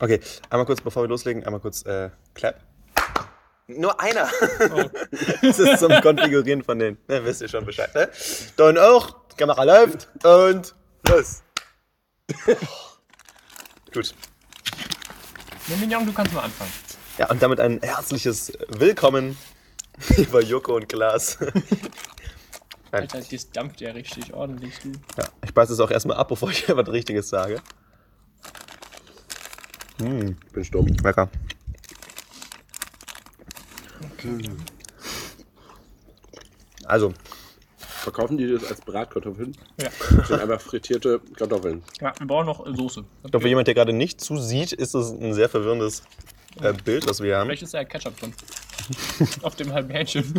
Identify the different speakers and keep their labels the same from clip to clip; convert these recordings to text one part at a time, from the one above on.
Speaker 1: Okay, einmal kurz, bevor wir loslegen, einmal kurz äh, Clap. Nur einer. das ist zum Konfigurieren von den. Ne, wisst ihr schon Bescheid, ne? Dann auch, die Kamera läuft und los. Gut.
Speaker 2: Nee, Mignon, du kannst mal anfangen.
Speaker 1: Ja, und damit ein herzliches Willkommen, lieber Joko und Glas. Nein.
Speaker 2: Alter, das dampft ja richtig ordentlich, du.
Speaker 1: Ja, ich beiß es auch erstmal ab, bevor ich was Richtiges sage. Hm,
Speaker 3: Ich bin stumm.
Speaker 1: lecker. Also,
Speaker 3: Verkaufen die das als Bratkartoffeln?
Speaker 2: Ja.
Speaker 3: Das sind einfach frittierte Kartoffeln.
Speaker 2: ja wir brauchen noch äh, Soße.
Speaker 1: ich glaube, für jemand, der gerade nicht zusieht, ist es ein sehr verwirrendes äh, Bild, was wir hier haben.
Speaker 2: Vielleicht ist da ja Ketchup drin. Auf dem halben Hähnchen.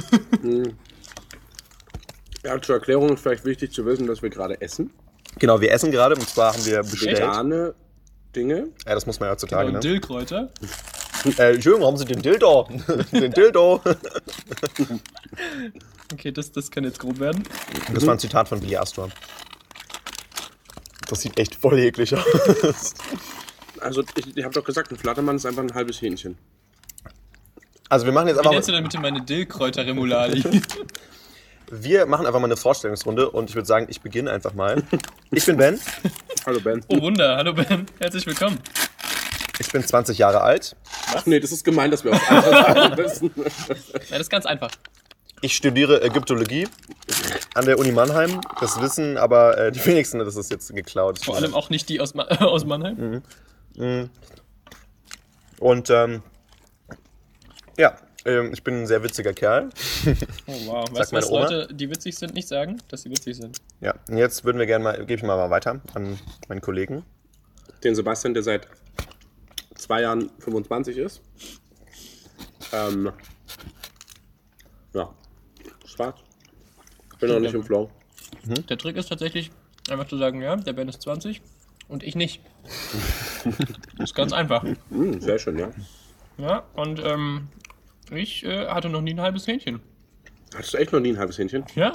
Speaker 3: Ja, zur Erklärung ist vielleicht wichtig zu wissen, dass wir gerade essen.
Speaker 1: Genau, wir essen gerade und zwar haben wir bestellt. Ja,
Speaker 3: Vegane Dinge.
Speaker 1: das muss man ja heutzutage,
Speaker 2: Und
Speaker 1: ne?
Speaker 2: Dillkräuter.
Speaker 1: Äh, Entschuldigung, haben Sie den Dildo? den Dildo.
Speaker 2: Okay, das, das kann jetzt grob werden.
Speaker 1: Das war ein Zitat von Billy Astor. Das sieht echt voll eklig aus.
Speaker 3: Also, ich, ich habe doch gesagt, ein Flattermann ist einfach ein halbes Hähnchen.
Speaker 1: Also wir machen jetzt
Speaker 2: Wie
Speaker 1: einfach
Speaker 2: nennst du denn bitte meine Dillkräuter-Remoladi?
Speaker 1: wir machen einfach mal eine Vorstellungsrunde und ich würde sagen, ich beginne einfach mal. Ich bin Ben,
Speaker 3: Hallo, Ben.
Speaker 2: oh Wunder, hallo Ben, herzlich willkommen.
Speaker 1: ich bin 20 Jahre alt.
Speaker 3: Ach nee, das ist gemein, dass wir auf andere Seite sitzen.
Speaker 2: Nein, das ist ganz einfach.
Speaker 1: Ich studiere Ägyptologie an der Uni Mannheim. Das wissen aber äh, die wenigsten, das ist jetzt geklaut.
Speaker 2: Vor allem auch nicht die aus, Ma aus
Speaker 1: Mhm.
Speaker 2: Mannheim.
Speaker 1: Und ähm, ja, ähm, ich bin ein sehr witziger Kerl.
Speaker 2: Oh wow. Weißt du,
Speaker 1: meine
Speaker 2: was
Speaker 1: Oma.
Speaker 2: Leute, die witzig sind, nicht sagen, dass sie witzig sind?
Speaker 1: Ja, und jetzt würden wir gerne mal, gebe ich mal, mal weiter an meinen Kollegen.
Speaker 3: Den Sebastian, der seit zwei Jahren 25 ist. Ähm, ja. Schwarz. Bin noch nicht im Flow.
Speaker 1: Hm?
Speaker 2: Der Trick ist tatsächlich, einfach zu sagen, ja, der Ben ist 20 und ich nicht. Das ist ganz einfach.
Speaker 3: Hm, sehr schön, ja.
Speaker 2: Ja, und ähm, ich äh, hatte noch nie ein halbes Hähnchen.
Speaker 3: Hattest du echt noch nie ein halbes Hähnchen?
Speaker 2: Ja.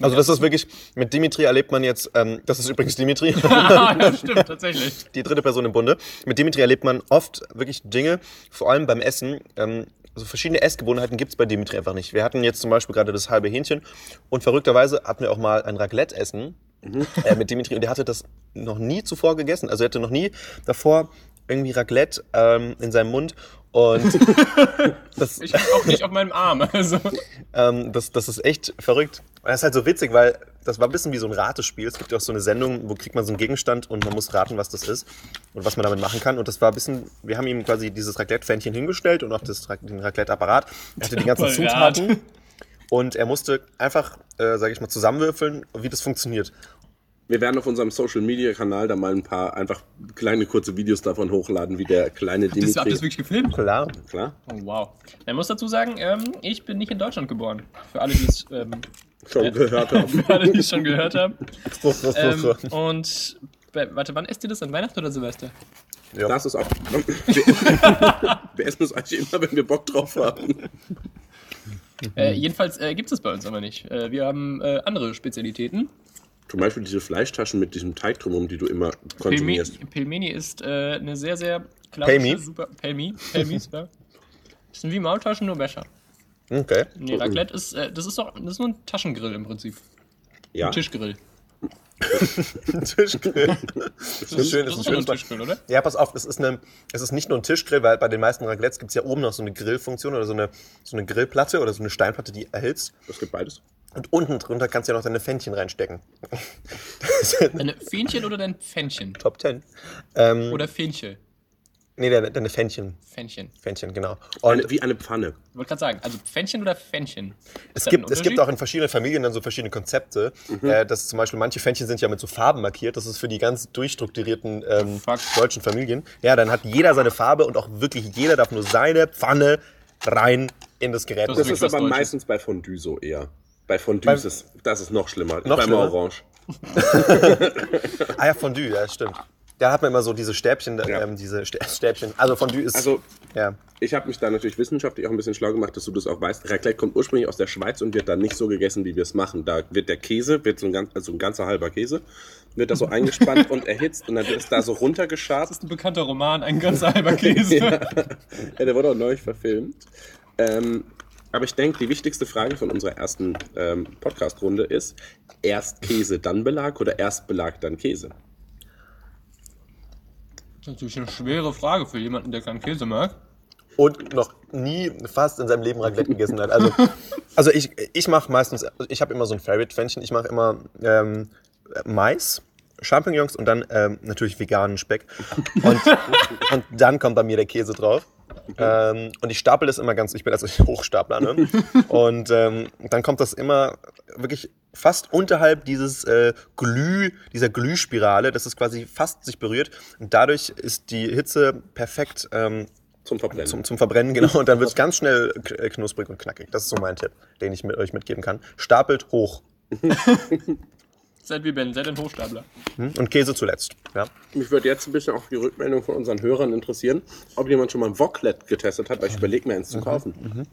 Speaker 1: Also das ist wirklich, mit Dimitri erlebt man jetzt, ähm, das ist übrigens Dimitri,
Speaker 2: Ah, ja, stimmt, tatsächlich.
Speaker 1: die dritte Person im Bunde. Mit Dimitri erlebt man oft wirklich Dinge, vor allem beim Essen. Ähm, also verschiedene Essgewohnheiten gibt es bei Dimitri einfach nicht. Wir hatten jetzt zum Beispiel gerade das halbe Hähnchen und verrückterweise hatten wir auch mal ein Raclette-Essen äh, mit Dimitri und der hatte das noch nie zuvor gegessen. Also er hatte noch nie davor irgendwie Raclette ähm, in seinem Mund und das,
Speaker 2: Ich auch nicht auf meinem Arm. Also.
Speaker 1: ähm, das, das ist echt verrückt. Und das ist halt so witzig, weil das war ein bisschen wie so ein Ratespiel. Es gibt ja auch so eine Sendung, wo kriegt man so einen Gegenstand und man muss raten, was das ist und was man damit machen kann. Und das war ein bisschen, wir haben ihm quasi dieses Raclette-Fähnchen hingestellt und auch das, Ra- den Raclette-Apparat. Er hatte die ganzen
Speaker 2: Apparat.
Speaker 1: Zutaten und er musste einfach, äh, sage ich mal, zusammenwürfeln, wie das funktioniert.
Speaker 3: Wir werden auf unserem Social Media Kanal da mal ein paar einfach kleine kurze Videos davon hochladen, wie der kleine
Speaker 2: Das, habt ihr
Speaker 3: Dimitri.
Speaker 2: das wirklich gefilmt?
Speaker 1: Klar.
Speaker 3: Klar,
Speaker 2: Oh, wow. Man muss dazu sagen, ähm, ich bin nicht in Deutschland geboren. Für alle, die es ähm,
Speaker 3: schon gehört haben.
Speaker 2: für alle, die es schon gehört haben.
Speaker 1: So, so, so,
Speaker 2: Ähm,
Speaker 1: so.
Speaker 2: und äh, warte, wann esst ihr das? An Weihnachten oder Silvester?
Speaker 1: Ja.
Speaker 3: Das ist auch. Wir, wir essen es eigentlich immer, wenn wir Bock drauf haben.
Speaker 2: Äh, jedenfalls äh, gibt es bei uns aber nicht. Äh, wir haben äh, andere Spezialitäten.
Speaker 3: Zum Beispiel diese Fleischtaschen mit diesem Teig drumherum, die du immer
Speaker 2: Pelmeni,
Speaker 3: konsumierst.
Speaker 2: Pelmeni ist äh, eine sehr, sehr klassische
Speaker 1: Pelmi?
Speaker 2: super. Pelmi, Pelmis, ja. Das sind wie Maultaschen, nur besser.
Speaker 1: Okay.
Speaker 2: Nee, Raclette ist, äh, das ist doch, das ist nur ein Taschengrill im Prinzip.
Speaker 3: Ja.
Speaker 2: Ein Tischgrill.
Speaker 1: Tischgrill.
Speaker 2: Das
Speaker 1: ist schön, das ist ein
Speaker 2: doch nur
Speaker 1: schönes Wort.
Speaker 2: Tischgrill, oder?
Speaker 1: Ja, pass auf, es ist, eine, es ist nicht nur ein Tischgrill, weil bei den meisten Raclettes gibt es ja oben noch so eine Grillfunktion oder so eine, so eine Grillplatte oder so eine Steinplatte, die erhältst.
Speaker 3: Es gibt beides.
Speaker 1: Und unten drunter kannst du ja noch deine Fännchen reinstecken. Das ist eine
Speaker 2: Deine Fähnchen oder dein Pfännchen?
Speaker 1: Top 10. Ähm,
Speaker 2: Oder Fähnchen.
Speaker 1: nee, deine, deine Fännchen.
Speaker 2: Fännchen.
Speaker 1: Fännchen, genau.
Speaker 3: Eine,
Speaker 1: Und
Speaker 3: wie eine Pfanne.
Speaker 2: Wollte gerade sagen, also Pfännchen oder Fännchen?
Speaker 1: es
Speaker 2: Ist da
Speaker 1: gibt,
Speaker 2: ein
Speaker 1: es gibt
Speaker 2: Unterschied?
Speaker 1: auch in verschiedenen Familien dann so verschiedene Konzepte. Äh, dass zum Beispiel manche Fännchen sind ja mit so Farben markiert. Das ist für die ganz durchstrukturierten ähm,
Speaker 2: Oh, Fuck.
Speaker 1: deutschen Familien. Ja, dann hat jeder seine Farbe und auch wirklich jeder darf nur seine Pfanne rein in das Gerät.
Speaker 2: Das
Speaker 3: Das
Speaker 2: ist
Speaker 3: ist
Speaker 2: was
Speaker 3: aber
Speaker 2: Deutsches.
Speaker 3: meistens bei Fondue so eher. Bei Fondue ist es, das ist noch schlimmer.
Speaker 1: Noch
Speaker 3: Beim
Speaker 1: schlimmer?
Speaker 3: Orange.
Speaker 1: Ah ja, Fondue, ja, stimmt. Da hat man immer so diese Stäbchen,
Speaker 3: Ja.
Speaker 1: ähm, diese Stä- Stäbchen. Also Fondue ist.
Speaker 3: Also,
Speaker 1: ja.
Speaker 3: ich habe mich da natürlich wissenschaftlich auch ein bisschen schlau gemacht, dass du das auch weißt. Raclette kommt ursprünglich aus der Schweiz und wird da nicht so gegessen, wie wir es machen. Da wird der Käse, wird so ein, ganz, also ein ganzer halber Käse, wird da so eingespannt und erhitzt und dann wird es da so runtergescharrt.
Speaker 2: Das ist ein bekannter Roman, ein ganz halber Käse.
Speaker 3: ja. ja, der wurde auch neulich verfilmt. Ähm, aber ich denke, die wichtigste Frage von unserer ersten ähm, Podcast-Runde ist: erst Käse, dann Belag oder erst Belag, dann Käse?
Speaker 2: Das ist natürlich eine schwere Frage für jemanden, der keinen Käse mag.
Speaker 1: Und noch nie fast in seinem Leben Raclette gegessen hat. Also, also ich, ich mache meistens, ich habe immer so ein Favorite-Fännchen. Ich mache immer ähm, Mais, Champignons und dann ähm, natürlich veganen Speck. Und, und dann kommt bei mir der Käse drauf. Ähm, und ich stapel das immer ganz, ich bin also Hochstapler, ne? Und ähm, dann kommt das immer wirklich fast unterhalb dieses äh, Glüh, dieser Glühspirale, dass es quasi fast sich berührt. Und dadurch ist die Hitze perfekt ähm,
Speaker 3: Zum Verbrennen.
Speaker 1: zum, zum Verbrennen, genau. Und dann wird es ganz schnell k- äh, knusprig und knackig. Das ist so mein Tipp, den ich mit euch mitgeben kann. Stapelt hoch.
Speaker 2: Seid wie Ben, seid ein Hochstapler.
Speaker 1: Hm? Und Käse zuletzt. Ja.
Speaker 3: Mich würde jetzt ein bisschen auch die Rückmeldung von unseren Hörern interessieren, ob jemand schon mal ein Woklet getestet hat, weil ich überlege mir eins zu kaufen.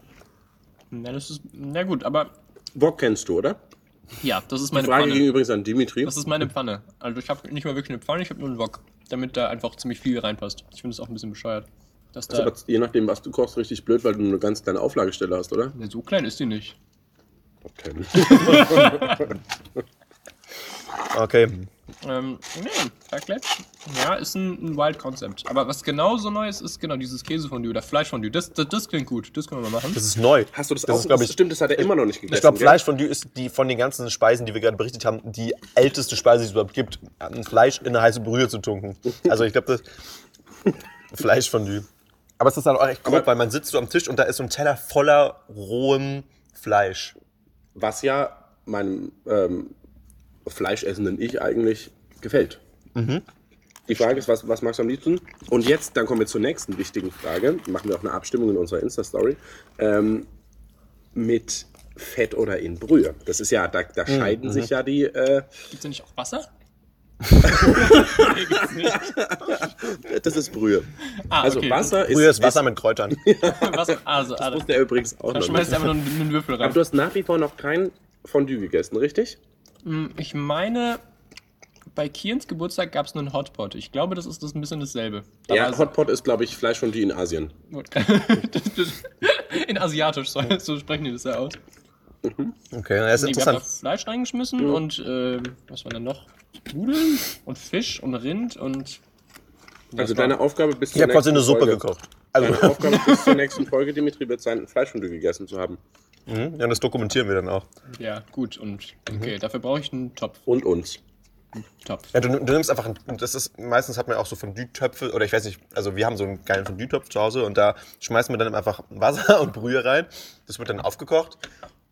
Speaker 2: Na, das ist, na gut, aber
Speaker 3: Wok kennst du, oder?
Speaker 2: ja, das ist meine
Speaker 3: Frage ging
Speaker 2: Pfanne.
Speaker 3: übrigens an Dimitri.
Speaker 2: Das ist meine Pfanne. Also ich habe nicht mal wirklich eine Pfanne, ich habe nur einen Wok, damit da einfach ziemlich viel reinpasst. Ich finde es auch ein bisschen bescheuert. Dass
Speaker 3: Das ist
Speaker 2: da,
Speaker 3: aber Also, je nachdem, was du kochst, richtig blöd, weil du eine ganz kleine Auflagestelle hast, oder?
Speaker 2: Ne, so klein ist die nicht.
Speaker 3: Okay.
Speaker 1: Okay.
Speaker 2: Ähm, nee, Raclette, ja, ist ein, ein wild Concept. Aber was genau so neu ist, ist genau dieses Käsefondue oder Fleischfondue. Das, das, das klingt gut, das können wir mal machen.
Speaker 1: Das ist neu.
Speaker 3: Hast du das,
Speaker 1: Das
Speaker 3: auch?
Speaker 1: ist, glaub ich-
Speaker 3: stimmt, das hat er immer noch nicht gegessen.
Speaker 1: Ich glaube,
Speaker 3: gell?
Speaker 1: Fleischfondue ist die von den ganzen Speisen, die wir gerade berichtet haben, die älteste Speise, die es überhaupt gibt, ein Fleisch in eine heiße Brühe zu tunken. Also ich glaube, das Fleischfondue. Aber es ist dann auch echt grob,
Speaker 3: Aber-
Speaker 1: weil man sitzt so am Tisch und da ist so ein Teller voller rohem Fleisch.
Speaker 3: Was ja meinem ähm, fleischessenden Ich eigentlich gefällt.
Speaker 1: Mhm.
Speaker 3: Die Frage ist, was, was magst du am liebsten? Und jetzt, dann kommen wir zur nächsten wichtigen Frage. Machen wir auch eine Abstimmung in unserer Insta-Story. Ähm, mit Fett oder in Brühe. Das ist ja, da,
Speaker 1: Mhm,
Speaker 3: da scheiden sich ja die. Äh,
Speaker 2: Gibt's da nicht auch Wasser?
Speaker 3: das ist Brühe.
Speaker 2: Ah,
Speaker 3: Also
Speaker 2: okay,
Speaker 3: Wasser ist.
Speaker 1: Früher ist Wasser mit Kräutern.
Speaker 2: Wasser, also,
Speaker 3: Das
Speaker 2: also
Speaker 3: wusste er übrigens auch
Speaker 2: da
Speaker 3: noch.
Speaker 2: schmeißt
Speaker 3: Nicht.
Speaker 2: du einfach nur einen, einen Würfel
Speaker 3: Aber
Speaker 2: rein.
Speaker 3: du hast nach wie vor noch kein Fondue gegessen, richtig?
Speaker 2: Hm, Ich meine, bei Kiens Geburtstag gab es einen Hotpot. Ich glaube, das ist das ein bisschen dasselbe. Aber
Speaker 3: Ja,
Speaker 2: also-
Speaker 3: Hotpot ist, glaube ich, Fleischfondue in Asien.
Speaker 2: Das- das- In Asiatisch, so, so sprechen die das ja aus.
Speaker 1: Okay, das ist
Speaker 2: Nee, wir haben da
Speaker 1: interessant.
Speaker 2: Fleisch reingeschmissen
Speaker 3: Mhm.
Speaker 2: und ähm, was war denn noch? Nudeln und Fisch und Rind und.
Speaker 3: Also
Speaker 2: war-
Speaker 3: deine Aufgabe bis
Speaker 1: Ich habe quasi eine Suppe
Speaker 3: Folge.
Speaker 1: gekocht.
Speaker 3: Deine
Speaker 1: Also,
Speaker 3: Aufgabe bis zur nächsten Folge, Dimitri, wird sein, ein Fleischfondue gegessen zu haben.
Speaker 1: mhm, ja, das dokumentieren wir dann auch.
Speaker 2: Ja, gut, und okay, dafür brauche ich einen Topf.
Speaker 3: Und uns.
Speaker 2: Topf.
Speaker 1: Ja, du, du nimmst einfach, ein, das ist, meistens hat man auch so Fondue-Töpfe, oder ich weiß nicht, also wir haben so einen geilen Fondue-Topf zu Hause und da schmeißen wir dann einfach Wasser und Brühe rein. Das wird dann aufgekocht.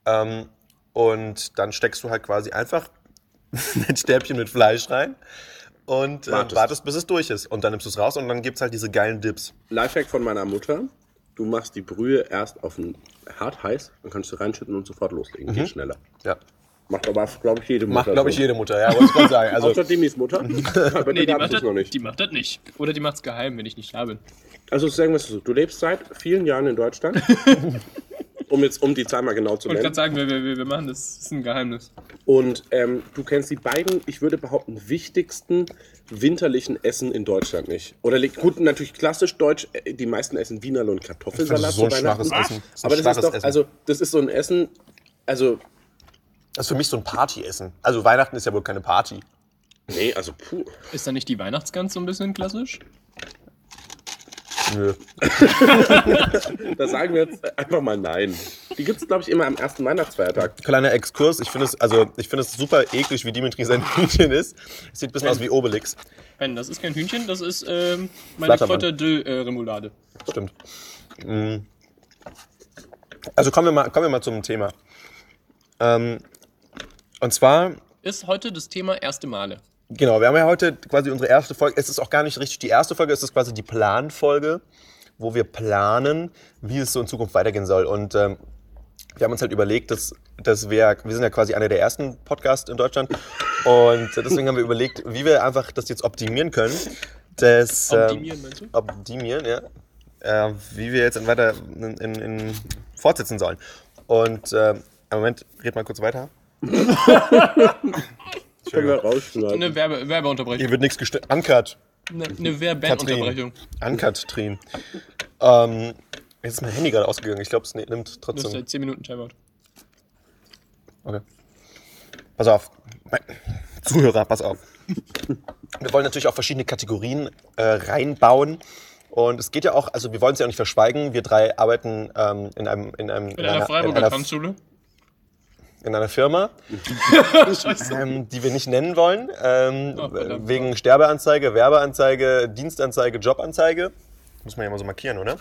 Speaker 1: Ähm, und dann steckst du halt quasi einfach ein Stäbchen mit Fleisch rein und äh,
Speaker 3: Wartest.
Speaker 1: wartest. bis es durch ist. Und dann nimmst du es raus und dann gibt es halt diese geilen Dips.
Speaker 3: Lifehack von meiner Mutter. Du machst die Brühe erst auf ein hart heiß, dann kannst du reinschütten und sofort loslegen. Geht schneller.
Speaker 1: Ja.
Speaker 3: Macht aber, glaube ich, jede Mutter.
Speaker 1: Mhm. Macht, glaube ich,
Speaker 3: so.
Speaker 1: jede Mutter, ja, wollte ich gerade sagen. Also,
Speaker 3: Außer Dimis Mutter. Aber
Speaker 2: Nee,
Speaker 3: die
Speaker 2: die
Speaker 3: gab es
Speaker 2: macht,
Speaker 3: das
Speaker 2: das,
Speaker 3: noch nicht.
Speaker 2: die macht das nicht. Oder die macht es geheim, wenn ich nicht da bin.
Speaker 3: Also sagen wir es so, du lebst seit vielen Jahren in Deutschland. um jetzt um die Zahl mal genau zu
Speaker 2: Ich wollte gerade
Speaker 3: nennen.
Speaker 2: sagen, wir, wir, wir- wir machen das. Das ist ein Geheimnis.
Speaker 3: Und ähm, du kennst die beiden, ich würde behaupten, wichtigsten winterlichen Essen in Deutschland nicht. Oder li- gut, natürlich klassisch deutsch, äh, die meisten essen Wienerl und Kartoffelsalat.
Speaker 1: Das ist so ein
Speaker 3: zu Weihnachten.
Speaker 1: schwaches Essen. Das ist ein
Speaker 3: Aber das
Speaker 1: schwaches
Speaker 3: ist doch,
Speaker 1: Essen.
Speaker 3: also das ist so ein Essen, also,
Speaker 1: das ist für mich so ein Partyessen. Also Weihnachten ist ja wohl keine Party.
Speaker 3: nee, also puh.
Speaker 2: Ist da nicht die Weihnachtsgans so ein bisschen klassisch?
Speaker 1: Nö.
Speaker 3: Da sagen wir jetzt einfach mal nein. Die gibt es, glaube ich, immer am ersten Weihnachtsfeiertag.
Speaker 1: Kleiner Exkurs, ich finde es, also, ich finde es super eklig, wie Dimitri sein Hühnchen ist. Es sieht ein bisschen aus wie Obelix.
Speaker 2: Ben, das ist kein Hühnchen, das ist ähm, meine äh,
Speaker 1: Flattermann.
Speaker 2: Flotterdö-Remoulade.
Speaker 1: Stimmt. Mm. Also kommen wir mal, kommen wir mal zum Thema. Ähm, und zwar,
Speaker 2: Ist heute das Thema erste Male.
Speaker 1: genau, wir haben ja heute quasi unsere erste Folge. Es ist auch gar nicht richtig die erste Folge, es ist quasi die Planfolge, wo wir planen, wie es so in Zukunft weitergehen soll. Und ähm, wir haben uns halt überlegt, dass, dass wir, wir sind ja quasi einer der ersten Podcasts in Deutschland, Und deswegen haben wir überlegt, wie wir einfach das jetzt optimieren können. Das, ähm,
Speaker 2: Optimieren, meinst du?
Speaker 1: optimieren, ja. Äh, wie wir jetzt in weiter in, in, in fortsetzen sollen. Und äh, einen Moment, red mal kurz weiter.
Speaker 3: Können wir
Speaker 1: Entschuldigung.
Speaker 3: rausschneiden.
Speaker 2: Eine Werbe Werbeunterbrechung.
Speaker 1: Hier wird nichts gestellt. Uncut.
Speaker 2: Eine, eine Werbandunterbrechung.
Speaker 1: Uncut, Trin. Ähm, jetzt ist mein Handy gerade ausgegangen. Ich glaube, es ne- nimmt
Speaker 2: Das ist
Speaker 1: trotzdem.
Speaker 2: der 10 Minuten Timeout.
Speaker 1: Okay. Pass auf. Mein- Zuhörer, pass auf. Wir wollen natürlich auch verschiedene Kategorien äh, reinbauen. Und es geht ja auch, also wir wollen es ja auch nicht verschweigen. Wir drei arbeiten ähm, in einem, in einem,
Speaker 2: In einer Freiburger Tanzschule.
Speaker 1: in einer Firma, ähm, die wir nicht nennen wollen, ähm,
Speaker 2: Oh, verdammt.
Speaker 1: wegen Sterbeanzeige, Werbeanzeige, Dienstanzeige, Jobanzeige. Muss man ja mal so markieren, oder?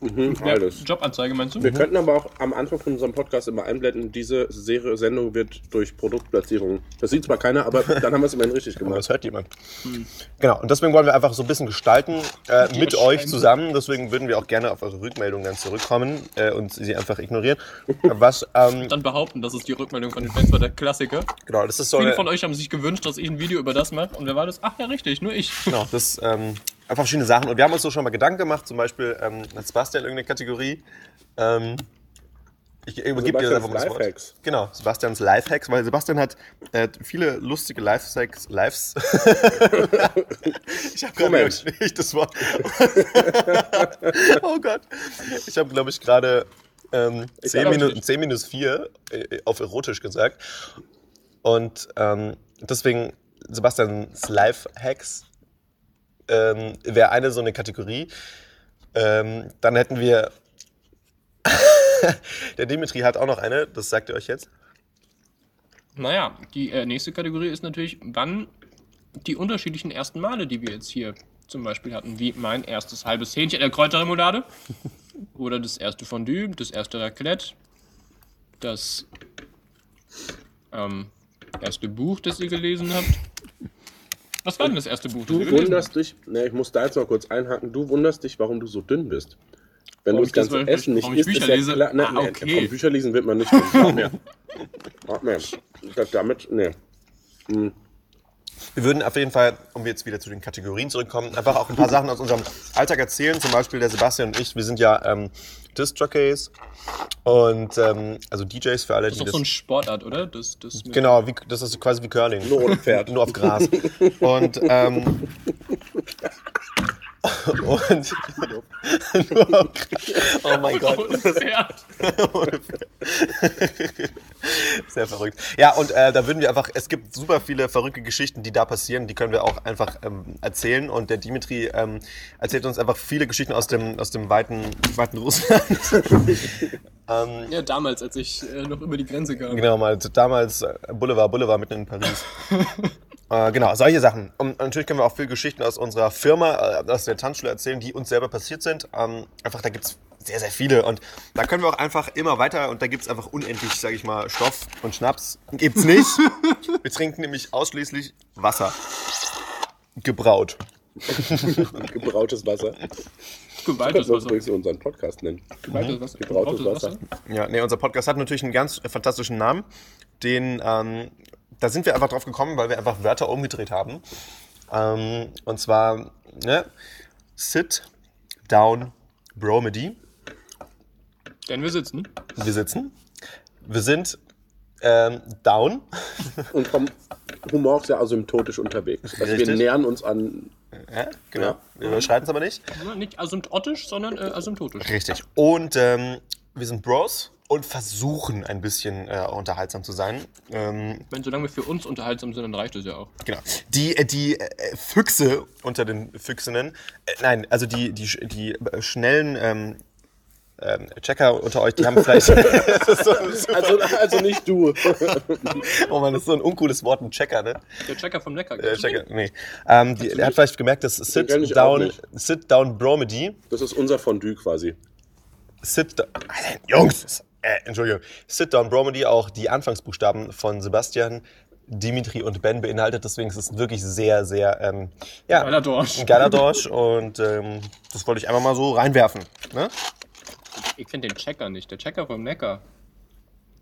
Speaker 3: Mhm,
Speaker 2: Wer-
Speaker 3: alles.
Speaker 2: Jobanzeige meinst du?
Speaker 3: Wir könnten aber auch am Anfang von unserem Podcast immer einblenden, diese Serie, Sendung wird durch Produktplatzierung. Das sieht zwar keiner, aber dann haben wir es immerhin richtig
Speaker 1: Aber
Speaker 3: gemacht.
Speaker 1: das hört jemand.
Speaker 2: Hm.
Speaker 1: Genau, und deswegen wollen wir einfach so ein bisschen gestalten äh, mit
Speaker 2: Ja,
Speaker 1: euch
Speaker 2: scheinbar.
Speaker 1: zusammen. Deswegen würden wir auch gerne auf eure Rückmeldungen dann zurückkommen äh, und sie einfach ignorieren. Was, ähm,
Speaker 2: Dann behaupten, das ist die Rückmeldung von den Fans, war der Klassiker.
Speaker 1: genau, das ist so
Speaker 2: Viele
Speaker 1: eine,
Speaker 2: von euch haben sich gewünscht, dass ich ein Video über das mache. Und wer war das? Ach ja, richtig, nur ich.
Speaker 1: genau, das, ähm, einfach verschiedene Sachen. Und wir haben uns so schon mal Gedanken gemacht, zum Beispiel ähm, hat Sebastian irgendeine Kategorie. Ähm, ich übergebe dir
Speaker 3: Sebastians
Speaker 1: einfach mal das Wort.
Speaker 3: Lifehacks.
Speaker 1: Genau, Sebastians Lifehacks, weil Sebastian hat äh, viele lustige Lifehacks, Lives. ich habe gerade
Speaker 3: Moment.
Speaker 1: nicht das Wort. oh Gott. Ich habe, glaube ich, gerade ähm,
Speaker 3: Ich
Speaker 1: 10,
Speaker 3: glaub
Speaker 1: minus,
Speaker 3: nicht.
Speaker 1: 10 minus 4 äh, auf erotisch gesagt. Und ähm, deswegen Sebastians Lifehacks ähm, wäre eine so eine Kategorie. Ähm, dann hätten wir. Der Dimitri hat auch noch eine, das sagt ihr euch jetzt.
Speaker 2: Naja, die äh, nächste Kategorie ist natürlich, wann die unterschiedlichen ersten Male, die wir jetzt hier zum Beispiel hatten, wie mein erstes halbes Hähnchen in der Kräuterremoulade oder das erste Fondue, das erste Raclette, das ähm, erste Buch, das ihr gelesen habt. Was war denn das erste Buch, das ihr
Speaker 3: Du
Speaker 2: gelesen habt?
Speaker 3: wunderst dich, ne, ich muss da jetzt mal kurz einhaken, du wunderst dich, warum du so dünn bist. Wenn
Speaker 2: Warum
Speaker 3: du
Speaker 2: ich
Speaker 3: das
Speaker 2: das-
Speaker 3: ganze
Speaker 2: weil-
Speaker 3: Essen nicht
Speaker 2: warum ich
Speaker 3: isst,
Speaker 2: Bücher
Speaker 3: ist ja
Speaker 2: lese?
Speaker 3: klar. Ne,
Speaker 2: Ah,
Speaker 3: ne,
Speaker 2: okay.
Speaker 3: Vom Bücher lesen wird man nicht dünn. Glaub mir. Glaub mir. Das, damit, ne.
Speaker 1: Wir würden auf jeden Fall, um jetzt wieder zu den Kategorien zurückkommen, einfach auch ein paar Sachen aus unserem Alltag erzählen. Zum Beispiel der Sebastian und ich, wir sind ja ähm, Disc-Jockeys und ähm, also DJs für alle,
Speaker 2: Das
Speaker 1: die
Speaker 2: ist doch
Speaker 1: das.
Speaker 2: so eine Sportart, oder? Das, das mit-
Speaker 1: genau, wie, das ist quasi wie Curling.
Speaker 3: Nur ohne Pferd.
Speaker 1: Nur auf Gras. Und, ähm, und nur auf Gras. Oh mein Gott.
Speaker 2: Ja.
Speaker 1: Sehr verrückt. Ja, und äh, da würden wir einfach, es gibt super viele verrückte Geschichten, die da passieren, die können wir auch einfach ähm, erzählen. Und der Dimitri ähm, erzählt uns einfach viele Geschichten aus dem, aus dem weiten, weiten Russland. ähm,
Speaker 2: ja, damals, als ich äh, noch über die Grenze kam.
Speaker 1: genau, mal damals äh, Boulevard, Boulevard mitten in Paris. Äh, genau, solche Sachen. Und natürlich können wir auch viele Geschichten aus unserer Firma, äh, aus der Tanzschule erzählen, die uns selber passiert sind. Ähm, einfach, da gibt es sehr, sehr viele. Und da können wir auch einfach immer weiter und da gibt es einfach unendlich, sage ich mal, Stoff und Schnaps. Gibt's nicht. wir trinken nämlich ausschließlich Wasser. Gebraut.
Speaker 3: Gebrautes Wasser. Das
Speaker 2: Gewaltes
Speaker 3: sollst
Speaker 2: Wasser.
Speaker 3: du übrigens unseren Podcast nennen.
Speaker 2: Gebrautes Wasser.
Speaker 3: Gebrautes Wasser.
Speaker 1: Ja, nee, unser Podcast hat natürlich einen ganz äh, fantastischen Namen. Den, ähm, da sind wir einfach drauf gekommen, weil wir einfach Wörter umgedreht haben. Ähm, und zwar, ne? Sit down Bromedy.
Speaker 2: Denn wir sitzen.
Speaker 1: Wir sitzen. Wir sind ähm, down.
Speaker 3: Und vom Humor ist ja asymptotisch unterwegs. Also wir
Speaker 1: Richtig.
Speaker 3: nähern uns an
Speaker 1: Ja, genau.
Speaker 3: Ja.
Speaker 1: Wir überschreiten es aber nicht.
Speaker 2: Ja, Nicht asymptotisch, sondern äh, asymptotisch.
Speaker 1: Richtig. Und ähm, wir sind Bros und versuchen ein bisschen äh, unterhaltsam zu sein. Ähm,
Speaker 2: Wenn solange wir für uns unterhaltsam sind, dann reicht es ja auch.
Speaker 1: Genau. Die, äh, die äh, Füchse unter den Füchsinnen, äh, nein, also die, die, sch- die äh, schnellen ähm, ähm, Checker unter euch, die haben vielleicht. das ist so,
Speaker 3: Also, also nicht du.
Speaker 1: oh Mann, das ist so ein uncooles Wort, ein Checker, ne?
Speaker 2: Der Checker vom Neckar.
Speaker 1: Äh, Checker, nee. Ähm, die, der hat vielleicht gemerkt, dass Sit
Speaker 3: kenn ich auch
Speaker 1: Down,
Speaker 3: nicht.
Speaker 1: Sit Down Bromedy,
Speaker 3: Das ist unser Fondue quasi.
Speaker 1: Sit Down. Jungs! Äh, Entschuldigung. Sit Down Bromedy auch die Anfangsbuchstaben von Sebastian, Dimitri und Ben beinhaltet, deswegen ist es wirklich sehr, sehr. Ähm, ja,
Speaker 2: Geiler Dorsch.
Speaker 1: Ein geiler Dorsch und ähm, das wollte ich einfach mal so reinwerfen. Ne?
Speaker 2: Ich kenne den Checker nicht. Der Checker vom Neckar.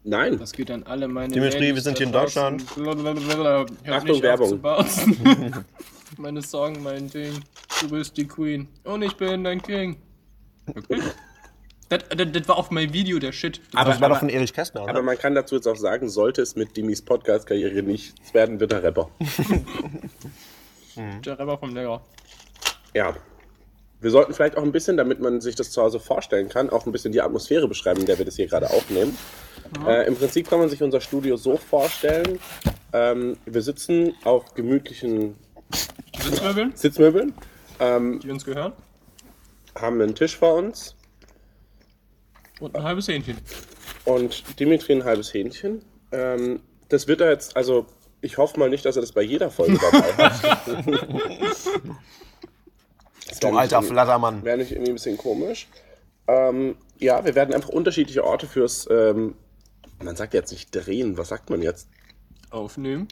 Speaker 3: Nein.
Speaker 2: Das geht an alle meine.
Speaker 1: Dimitri,
Speaker 2: Mädels
Speaker 1: wir sind
Speaker 2: da
Speaker 1: hier in
Speaker 2: draußen. Blablabla. Hört
Speaker 3: Achtung,
Speaker 2: nicht
Speaker 3: Werbung.
Speaker 2: aufzubauen. meine Song, mein Ding. Du bist die Queen. Und ich bin dein King. Okay. Das, das, das war auf meinem Video der Shit.
Speaker 1: Aber, das war
Speaker 3: aber-
Speaker 1: doch von Erich Kästner, oder?
Speaker 3: Aber man kann dazu jetzt auch sagen, sollte es mit Dimis Podcast-Karriere nichts werden, wird er Rapper.
Speaker 2: Der Rapper vom Lehrer.
Speaker 3: Ja. Wir sollten vielleicht auch ein bisschen, damit man sich das zu Hause vorstellen kann, auch ein bisschen die Atmosphäre beschreiben, in der wir das hier gerade aufnehmen. Äh, Im Prinzip kann man sich unser Studio so vorstellen: ähm, Wir sitzen auf gemütlichen
Speaker 2: Sitzmöbeln,
Speaker 3: Sitzmöbeln,
Speaker 2: die uns gehören.
Speaker 3: haben einen Tisch vor uns
Speaker 2: Und ein halbes Hähnchen.
Speaker 3: und Dimitri ein halbes Hähnchen. Ähm, das wird er jetzt, also ich hoffe mal nicht, dass er das bei jeder Folge dabei hat.
Speaker 1: du alter Flattermann.
Speaker 3: Wäre nicht irgendwie ein bisschen komisch. Ähm, ja, wir werden einfach unterschiedliche Orte fürs, ähm, man sagt jetzt nicht drehen, was sagt man jetzt?
Speaker 2: Aufnehmen.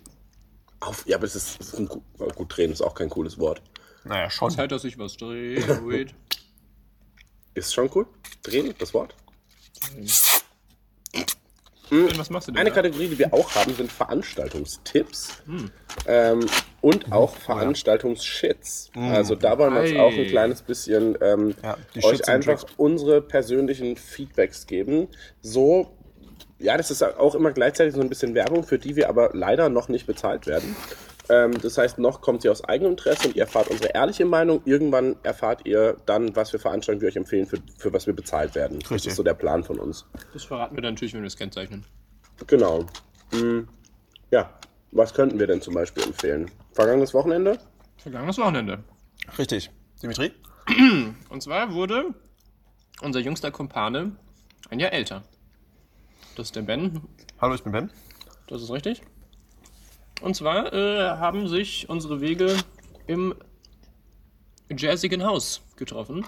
Speaker 3: Auf, ja, aber es ist, es ist ein, gu- äh, gut, drehen ist auch kein cooles Wort.
Speaker 1: Naja, schon.
Speaker 2: Zeit, halt, dass ich was drehe. Wait.
Speaker 3: Ist schon cool? Drehen, das Wort?
Speaker 2: Ben, Was machst du denn?
Speaker 3: Eine
Speaker 2: da? Hm,
Speaker 3: Kategorie, die wir auch haben, sind Veranstaltungstipps ähm, und auch Veranstaltungsshits. Also da wollen wir uns
Speaker 2: Ei.
Speaker 3: auch ein kleines bisschen ähm,
Speaker 1: Ja, die Shits
Speaker 3: euch
Speaker 1: und
Speaker 3: einfach
Speaker 1: Tricks.
Speaker 3: unsere persönlichen Feedbacks geben. So, ja, das ist auch immer gleichzeitig so ein bisschen Werbung, für die wir aber leider noch nicht bezahlt werden. Ähm, das heißt, noch kommt sie aus eigenem Interesse und ihr erfahrt unsere ehrliche Meinung. Irgendwann erfahrt ihr dann, was für Veranstaltungen wir euch empfehlen, für, für was wir bezahlt werden. Das
Speaker 1: Richtig.
Speaker 3: ist so der Plan von uns.
Speaker 2: Das verraten wir dann natürlich, wenn wir das kennzeichnen.
Speaker 3: Genau. Hm, ja, was könnten wir denn zum Beispiel empfehlen? Vergangenes Wochenende?
Speaker 2: Vergangenes Wochenende.
Speaker 1: Richtig. Dimitri?
Speaker 2: Und zwar wurde unser jüngster Kumpane ein Jahr älter. Das ist der Ben,
Speaker 1: Hallo, ich bin Ben.
Speaker 2: das ist richtig. Und zwar äh, haben sich unsere Wege im jazzigen Haus getroffen.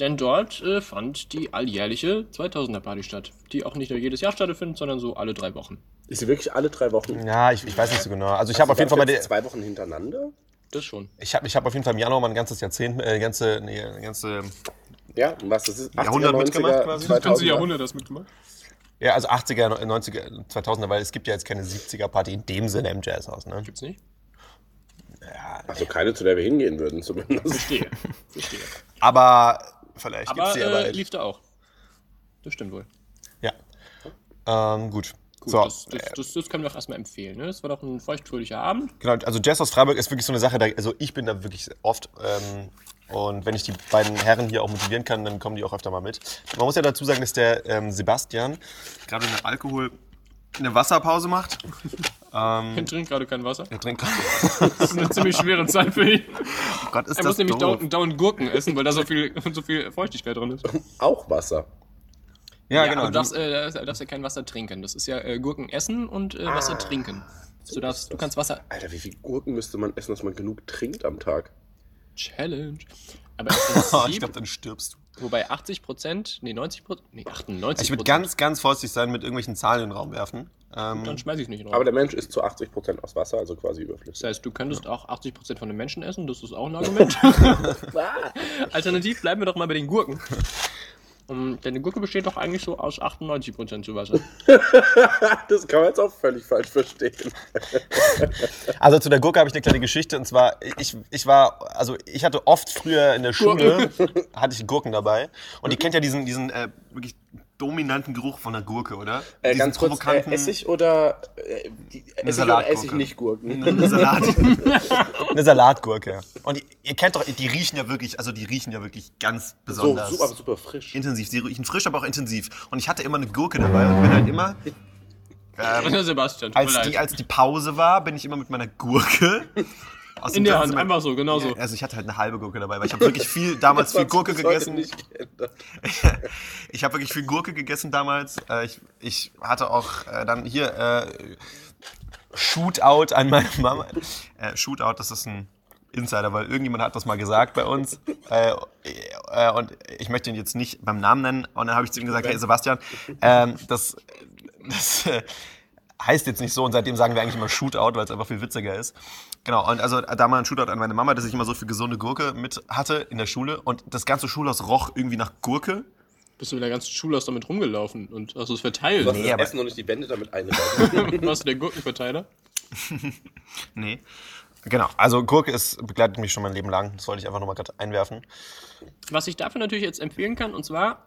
Speaker 2: Denn dort äh, fand die alljährliche 2000er Party statt, die auch nicht nur jedes Jahr stattfindet, sondern so alle drei Wochen.
Speaker 3: Ist sie wirklich alle drei Wochen?
Speaker 1: Ja, ich, ich weiß nicht so genau. Also ich habe auf jeden Fall mal die,
Speaker 3: jetzt zwei Wochen hintereinander?
Speaker 2: Das schon.
Speaker 1: ich habe ich hab auf jeden Fall im Januar mal ein ganzes Jahrzehnt, äh, ganze, nee, ganze,
Speaker 3: Ja, und was das ist? 80er,
Speaker 1: Jahrhundert mitgemacht quasi?
Speaker 2: Das ganze
Speaker 3: 2000er?
Speaker 2: Jahrhundert das mitgemacht.
Speaker 1: ja, also 80er, 90er, 2000er, weil es gibt ja jetzt keine 70er-Party in dem Sinne im Jazzhaus, ne?
Speaker 2: Gibt's nicht?
Speaker 3: Also keine, zu der wir hingehen würden zumindest.
Speaker 2: Verstehe. Verstehe.
Speaker 1: Aber vielleicht gibt's
Speaker 2: Aber
Speaker 1: die ja
Speaker 2: äh,
Speaker 1: bald.
Speaker 2: lief da auch. Das stimmt wohl.
Speaker 1: Ja. Ähm, gut.
Speaker 2: Gut,
Speaker 1: so, äh,
Speaker 2: das, das, das, das können wir auch erstmal empfehlen. Ne? Das war doch ein feuchtfröhlicher Abend.
Speaker 1: Genau, also Jazz aus Freiburg ist wirklich so eine Sache, da, also ich bin da wirklich oft ähm, und wenn ich die beiden Herren hier auch motivieren kann, dann kommen die auch öfter mal mit. Man muss ja dazu sagen, dass der ähm, Sebastian gerade mit Alkohol eine Wasserpause macht. Ähm,
Speaker 2: Er trinkt gerade kein Wasser.
Speaker 1: Er trinkt
Speaker 2: Das ist eine ziemlich schwere Zeit für ihn.
Speaker 1: Oh Gott, ist
Speaker 2: Er
Speaker 1: das
Speaker 2: muss nämlich
Speaker 1: doof.
Speaker 2: dauernd, dauernd Gurken essen, weil da so viel, so viel Feuchtigkeit drin ist.
Speaker 3: Auch Wasser.
Speaker 1: Ja,
Speaker 2: aber
Speaker 1: genau.
Speaker 2: Du darfst, äh, darfst- darfst ja kein Wasser trinken. Das ist ja äh, Gurken essen und äh, Wasser
Speaker 1: Ah.
Speaker 2: trinken. Du, darfst, du kannst Wasser.
Speaker 3: Alter, wie viel Gurken müsste man essen, dass man genug trinkt am Tag?
Speaker 2: Challenge. Aber im
Speaker 1: Oh, ich glaube,
Speaker 2: Prinzip,
Speaker 1: dann stirbst du.
Speaker 2: wobei 80 Prozent, nee, 90 Prozent, nee, 98
Speaker 1: Ich würde ganz, ganz vorsichtig sein, mit irgendwelchen Zahlen in den Raum werfen. Ähm,
Speaker 2: Dann schmeiß ich nicht
Speaker 3: Aber
Speaker 2: drauf.
Speaker 3: der Mensch ist zu 80% aus Wasser, also quasi überflüssig.
Speaker 2: Das heißt, du könntest auch 80 Prozent von den Menschen essen. Das ist auch ein Argument. Alternativ bleiben wir doch mal bei den Gurken. Um, denn eine Gurke besteht doch eigentlich so aus 98% zu Wasser.
Speaker 3: Das kann man jetzt auch völlig falsch verstehen.
Speaker 1: Also zu der Gurke habe ich eine kleine Geschichte und zwar ich, ich war also ich hatte oft früher in der Schule hatte ich Gurken dabei und
Speaker 3: Mhm.
Speaker 1: ihr kennt ja diesen diesen äh, wirklich dominanten Geruch von der Gurke, oder?
Speaker 3: Äh,
Speaker 1: diesen
Speaker 3: ganz kurz, äh, Essig oder äh, die, Essig oder
Speaker 1: Salatgurke. Mhm.
Speaker 3: Essig nicht Gurken?
Speaker 1: Eine, Salat, eine Salatgurke. Und ihr, ihr kennt doch, die riechen ja wirklich, also die riechen ja wirklich ganz
Speaker 3: So,
Speaker 1: besonders
Speaker 3: super, super frisch.
Speaker 1: intensiv. Die riechen frisch, aber auch intensiv. Und ich hatte immer eine Gurke dabei und bin halt immer
Speaker 2: Sebastian, tut mir
Speaker 1: Ähm, als die,
Speaker 2: leid.
Speaker 1: als die Pause war, bin ich immer mit meiner Gurke aus dem
Speaker 2: In der Hand,
Speaker 1: Klassenzimmer-
Speaker 2: einfach so, genau so.
Speaker 1: Also ich hatte halt eine halbe Gurke dabei, weil ich habe wirklich viel damals
Speaker 3: Das
Speaker 1: viel
Speaker 3: hat's
Speaker 1: Gurke
Speaker 3: bis heute
Speaker 1: gegessen.
Speaker 3: nicht geändert.
Speaker 1: Ich habe wirklich viel Gurke gegessen damals. Äh, Ich, ich hatte auch äh, dann hier äh, Shootout an meine Mama. Äh, Shootout, das ist ein Insider, weil irgendjemand hat das mal gesagt bei uns. Äh, äh, und ich möchte ihn jetzt nicht beim Namen nennen. Und dann habe ich zu ihm gesagt, hey Sebastian, ähm, das, das äh, heißt jetzt nicht so. Und seitdem sagen wir eigentlich immer Shootout, weil es einfach viel witziger ist. Genau, und also da mal ein Shootout an meine Mama, dass ich immer so viel gesunde Gurke mit hatte in der Schule. Und das ganze Schulhaus roch irgendwie nach Gurke.
Speaker 2: bist du wieder ganz schulhaft damit rumgelaufen und hast es verteilt.
Speaker 3: Du hast
Speaker 2: oder?
Speaker 3: das Essen noch nicht die Bände damit eingebaut.
Speaker 2: Warst du der Gurkenverteiler?
Speaker 1: Nee. Genau, also Gurke ist, begleitet mich schon mein Leben lang. Das wollte ich einfach nochmal gerade einwerfen.
Speaker 2: Was ich dafür natürlich jetzt empfehlen kann, und zwar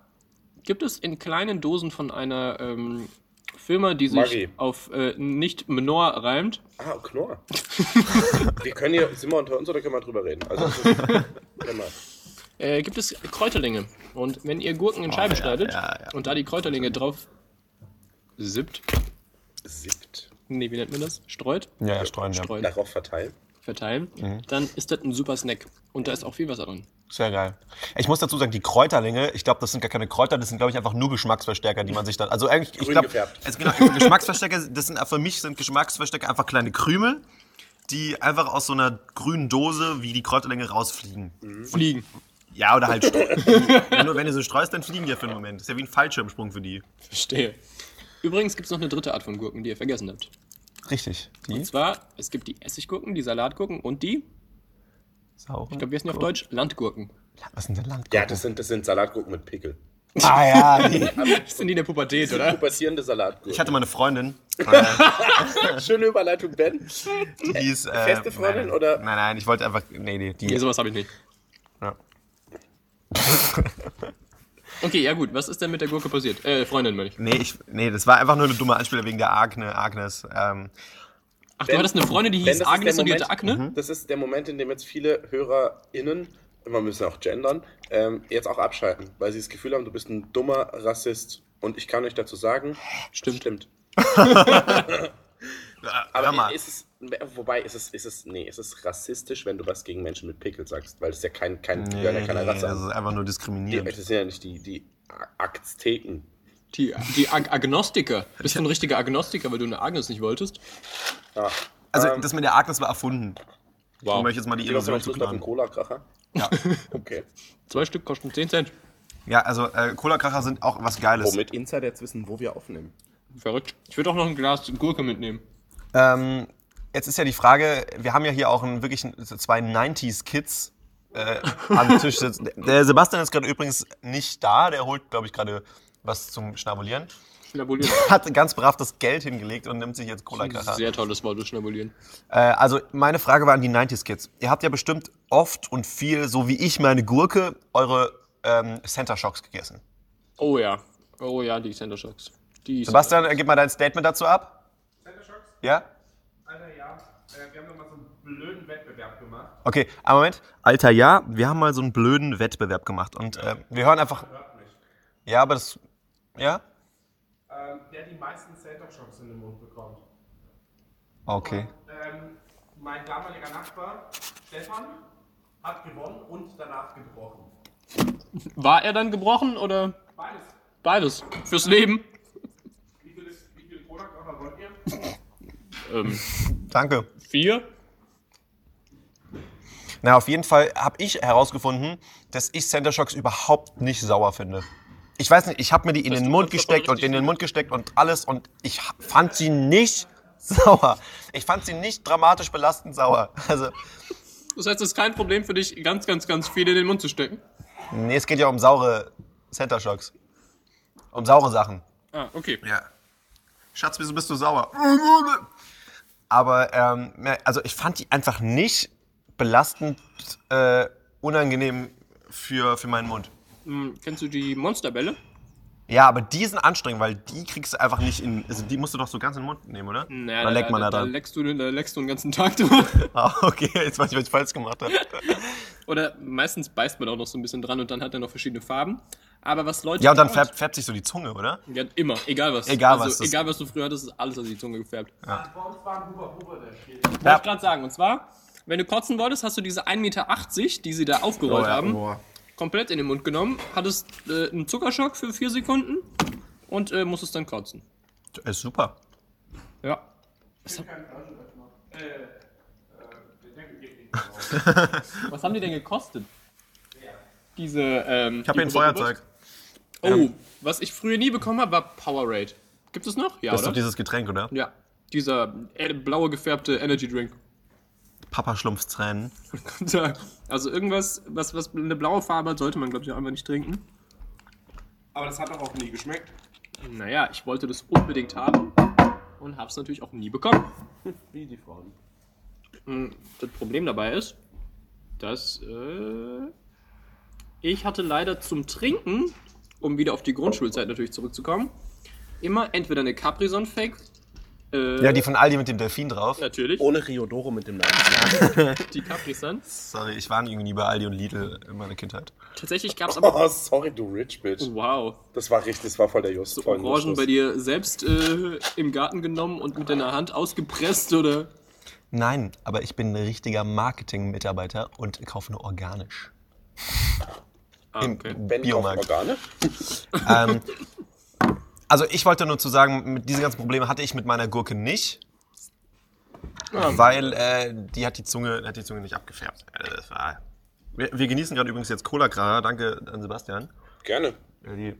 Speaker 2: gibt es in kleinen Dosen von einer ähm, Firma, die sich
Speaker 3: Maggi.
Speaker 2: auf äh, nicht Menor reimt.
Speaker 3: ah, Knorr. wir können hier, sind wir unter uns oder können wir drüber reden? Also, das ist, können wir.
Speaker 2: Äh, gibt es Kräuterlinge. Und wenn ihr Gurken in Scheiben
Speaker 1: Oh, ja,
Speaker 2: schneidet
Speaker 1: ja, ja.
Speaker 2: und da die Kräuterlinge drauf sippt,
Speaker 3: Sippt.
Speaker 2: nee, wie nennt man das? Streut?
Speaker 1: Ja, ja, streuen ja. Mhm.
Speaker 2: Streut,
Speaker 3: Darauf verteilen.
Speaker 2: verteilen, dann ist das ein super Snack. Und da ist auch viel Wasser drin.
Speaker 1: Sehr geil. Ich muss dazu sagen, die Kräuterlinge, ich glaube, das sind gar keine Kräuter, das sind, glaube ich, einfach nur Geschmacksverstärker, die man sich dann. Also eigentlich, ich
Speaker 3: Grün
Speaker 1: glaube,
Speaker 3: gefärbt.
Speaker 1: also genau, Geschmacksverstärker, das sind für mich sind Geschmacksverstärker einfach kleine Krümel, die einfach aus so einer grünen Dose wie die Kräuterlinge rausfliegen.
Speaker 3: Mhm.
Speaker 2: Fliegen.
Speaker 1: Ja, oder halt. ja, nur wenn du sie streust, dann fliegen die ja für einen Moment. ist ja wie ein Fallschirmsprung für die.
Speaker 2: Verstehe. Übrigens gibt es noch eine dritte Art von Gurken, die ihr vergessen habt.
Speaker 1: Richtig. Die
Speaker 2: Und zwar, es gibt die Essiggurken, die Salatgurken und die,
Speaker 1: sauren.
Speaker 2: ich glaube, wir sind auf Deutsch, Landgurken.
Speaker 1: Was sind denn Landgurken?
Speaker 3: Ja, das sind, das sind Salatgurken mit Pickel.
Speaker 1: ah ja, die.
Speaker 2: Sind die in der Pubertät, oder?
Speaker 3: Pubertierende Salatgurken.
Speaker 1: Ich hatte mal eine Freundin. äh,
Speaker 3: Schöne Überleitung, Ben.
Speaker 1: die ist, äh,
Speaker 3: Feste Freundin
Speaker 1: nein,
Speaker 3: oder-
Speaker 1: Nein, nein, ich wollte einfach. Nee, nee, die.
Speaker 2: Nee, sowas habe ich nicht.
Speaker 1: Ja.
Speaker 2: Okay, ja gut, was ist denn mit der Gurke passiert? Äh, Freundin, meine ich.
Speaker 1: Nee, ich, nee, das war einfach nur eine dumme Anspielung wegen der Agne, Agnes. Ähm,
Speaker 2: Ach,
Speaker 3: Ben-
Speaker 2: du hattest eine Freundin, die
Speaker 3: Ben,
Speaker 2: hieß
Speaker 3: das ist der
Speaker 2: Agnes und die
Speaker 3: Moment-
Speaker 2: hatte Akne?
Speaker 1: Mhm. Hm?
Speaker 3: Das ist der Moment, in dem jetzt viele HörerInnen, wir müssen auch gendern, ähm, jetzt auch abschalten, weil sie das Gefühl haben, du bist ein dummer Rassist. Und ich kann euch dazu sagen,
Speaker 2: Stimmt.
Speaker 3: stimmt.
Speaker 1: aber hör
Speaker 3: Aber
Speaker 1: mal.
Speaker 3: ist es, wobei ist es, ist es, nee, ist es rassistisch, wenn du was gegen Menschen mit Pickel sagst, weil es ja kein, kein, die gehören ja keiner Rasse.
Speaker 1: das
Speaker 3: an.
Speaker 1: ist einfach nur
Speaker 3: die,
Speaker 1: diskriminierend.
Speaker 3: das sind ja nicht die, die A- Azteken.
Speaker 2: Die, die Ag Agnostiker. Bist du ein richtiger Agnostiker, weil du eine Agnes nicht wolltest?
Speaker 3: Ah,
Speaker 1: Also,
Speaker 3: ähm,
Speaker 1: das mit der Agnes war erfunden. Um euch jetzt mal die
Speaker 3: die
Speaker 1: Illusion
Speaker 3: haben
Speaker 1: zu
Speaker 3: Lust auf einen
Speaker 1: knacken.
Speaker 3: Cola-Kracher.
Speaker 1: Ja.
Speaker 3: Okay.
Speaker 2: Zwei Stück kosten 10 Cent.
Speaker 1: ja, also äh, Cola-Kracher sind auch was Geiles.
Speaker 3: Womit Insider jetzt wissen, wo wir aufnehmen.
Speaker 2: Verrückt. Ich würde auch noch ein Glas Gurke mitnehmen.
Speaker 1: Ähm, jetzt ist ja die Frage, wir haben ja hier auch einen, wirklich einen- zwei 90s-Kids äh, am Tisch sitzen. Der Sebastian ist gerade übrigens nicht da, der holt, glaube ich, gerade was zum Schnabulieren.
Speaker 2: Schnabulieren.
Speaker 1: Hat ganz brav das Geld hingelegt und nimmt sich jetzt Cola-Kracher.
Speaker 2: Sehr tolles Wort, das Schnabulieren.
Speaker 1: Äh, also meine Frage war an die 90s Kids. Ihr habt ja bestimmt oft und viel, so wie ich meine Gurke, eure ähm, Center Shocks gegessen.
Speaker 2: Oh ja. Oh ja, die Center Shocks. Die
Speaker 1: Sebastian, äh, gib mal dein Statement dazu ab.
Speaker 4: Center Shocks,
Speaker 1: Ja?
Speaker 4: Alter, ja. Äh, wir haben doch mal so einen blöden Wettbewerb gemacht.
Speaker 1: Okay, aber Moment. Alter, ja, wir haben mal so einen blöden Wettbewerb gemacht und äh, wir hören einfach.
Speaker 4: Hört mich.
Speaker 1: Ja, aber das. Ja?
Speaker 4: Ähm, der die meisten Center Shocks in den Mund bekommt.
Speaker 1: Okay.
Speaker 4: Ähm, mein damaliger Nachbar, Stefan, hat gewonnen und danach gebrochen.
Speaker 2: War er dann gebrochen oder
Speaker 4: Beides.
Speaker 2: beides? Fürs Leben?
Speaker 4: Wie viele, wie viele Cola-Kracher wollt ihr?
Speaker 2: Ähm,
Speaker 1: Danke.
Speaker 2: vier?
Speaker 1: Na, auf jeden Fall habe ich herausgefunden, dass ich Center Shocks überhaupt nicht sauer finde. Ich weiß nicht, ich habe mir die in
Speaker 2: Dass
Speaker 1: den
Speaker 2: du
Speaker 1: Mund
Speaker 2: das
Speaker 1: gesteckt
Speaker 2: aber
Speaker 1: und in
Speaker 2: richtig
Speaker 1: den Mund gesteckt und alles und ich ha- fand sie nicht sauer. Ich fand sie nicht dramatisch belastend sauer. Also,
Speaker 2: Das heißt, es ist kein Problem für dich, ganz, ganz, ganz viel in den Mund zu stecken.
Speaker 1: nee, es geht ja um saure Center Shocks. Um saure Sachen.
Speaker 2: Ah, okay.
Speaker 1: Ja. Schatz, wieso bist du sauer? Aber, ähm, ja, also ich fand die einfach nicht belastend äh, unangenehm für, für meinen Mund.
Speaker 2: Hm, kennst du die Monsterbälle?
Speaker 1: Ja, aber die sind anstrengend, weil die kriegst du einfach nicht in. Also die musst du doch so ganz in den Mund nehmen, oder?
Speaker 2: Naja,
Speaker 1: da leckt man da,
Speaker 2: da,
Speaker 1: dran.
Speaker 2: leckst du, da leckst du den ganzen Tag dran.
Speaker 1: Ah, okay, jetzt weiß ich, was ich falsch gemacht habe.
Speaker 2: Oder meistens beißt man auch noch so ein bisschen dran und dann hat er noch verschiedene Farben. Aber was Leute.
Speaker 1: Ja, und dann färbt, färbt sich so die Zunge, oder?
Speaker 2: Ja, immer, egal was. Also,
Speaker 1: Egal was das-
Speaker 2: Egal was du früher hattest, ist alles an die Zunge gefärbt. Ja.
Speaker 4: Bei uns war ein Huber Huber der Spiel.
Speaker 2: Wollte ich gerade sagen. Und zwar, wenn du kotzen wolltest, hast du diese 1,80 Meter, die sie da
Speaker 1: Oh
Speaker 2: aufgerollt haben, komplett in den Mund genommen, hattest äh, einen Zuckerschock für vier Sekunden und äh, musstest dann kotzen.
Speaker 1: Ist super.
Speaker 2: Ja. Was haben die denn gekostet? Diese. Ähm,
Speaker 1: Ich habe hier ein Feuerzeug.
Speaker 2: Oh,
Speaker 1: Ähm,
Speaker 2: was ich früher nie bekommen habe, war Powerade. Gibt es noch? Ja,
Speaker 1: Das ist doch
Speaker 2: oder?
Speaker 1: dieses Getränk, oder?
Speaker 2: Ja. Dieser äh, blaue gefärbte Energy Drink.
Speaker 1: Papa schlumpft Tränen.
Speaker 2: Also irgendwas, was, was eine blaue Farbe hat, sollte man, glaube ich, auch einfach nicht trinken.
Speaker 4: Aber das hat doch auch nie geschmeckt.
Speaker 2: Naja, ich wollte das unbedingt haben und hab's natürlich auch nie bekommen.
Speaker 4: Wie die Frauen.
Speaker 2: Mm, Das Problem dabei ist, dass äh, ich hatte leider zum Trinken, um wieder auf die Grundschulzeit natürlich zurückzukommen, immer entweder eine Capri-Sonne-Fake. Äh,
Speaker 1: Ja, die von Aldi mit dem Delfin drauf.
Speaker 2: Natürlich,
Speaker 3: Ohne Riodoro mit dem Namen.
Speaker 2: die Capri-Sonne.
Speaker 1: Sorry, ich war irgendwie nie bei Aldi und Lidl in meiner Kindheit.
Speaker 2: Tatsächlich gab's aber.
Speaker 3: Oh, sorry, du Rich Bitch.
Speaker 2: Wow,
Speaker 3: Das war richtig, das war voll der Just.
Speaker 2: so
Speaker 3: voll ein
Speaker 2: Orangen
Speaker 3: Justus.
Speaker 2: bei dir selbst äh, im Garten genommen und mit deiner Hand ausgepresst oder.
Speaker 1: Nein, aber ich bin ein richtiger Marketing-Mitarbeiter und kaufe nur organisch.
Speaker 2: Ah, okay.
Speaker 1: Im
Speaker 3: Ben kauft
Speaker 1: Biomarkt.
Speaker 3: Organe.
Speaker 1: Ähm, also ich wollte nur zu sagen, mit diese ganzen Probleme hatte ich mit meiner Gurke nicht, weil äh, die hat die Zunge, hat die Zunge nicht abgefärbt. Äh, das war wir, wir genießen gerade übrigens jetzt Cola Grana. Danke an Sebastian.
Speaker 3: Gerne.
Speaker 1: Äh, die,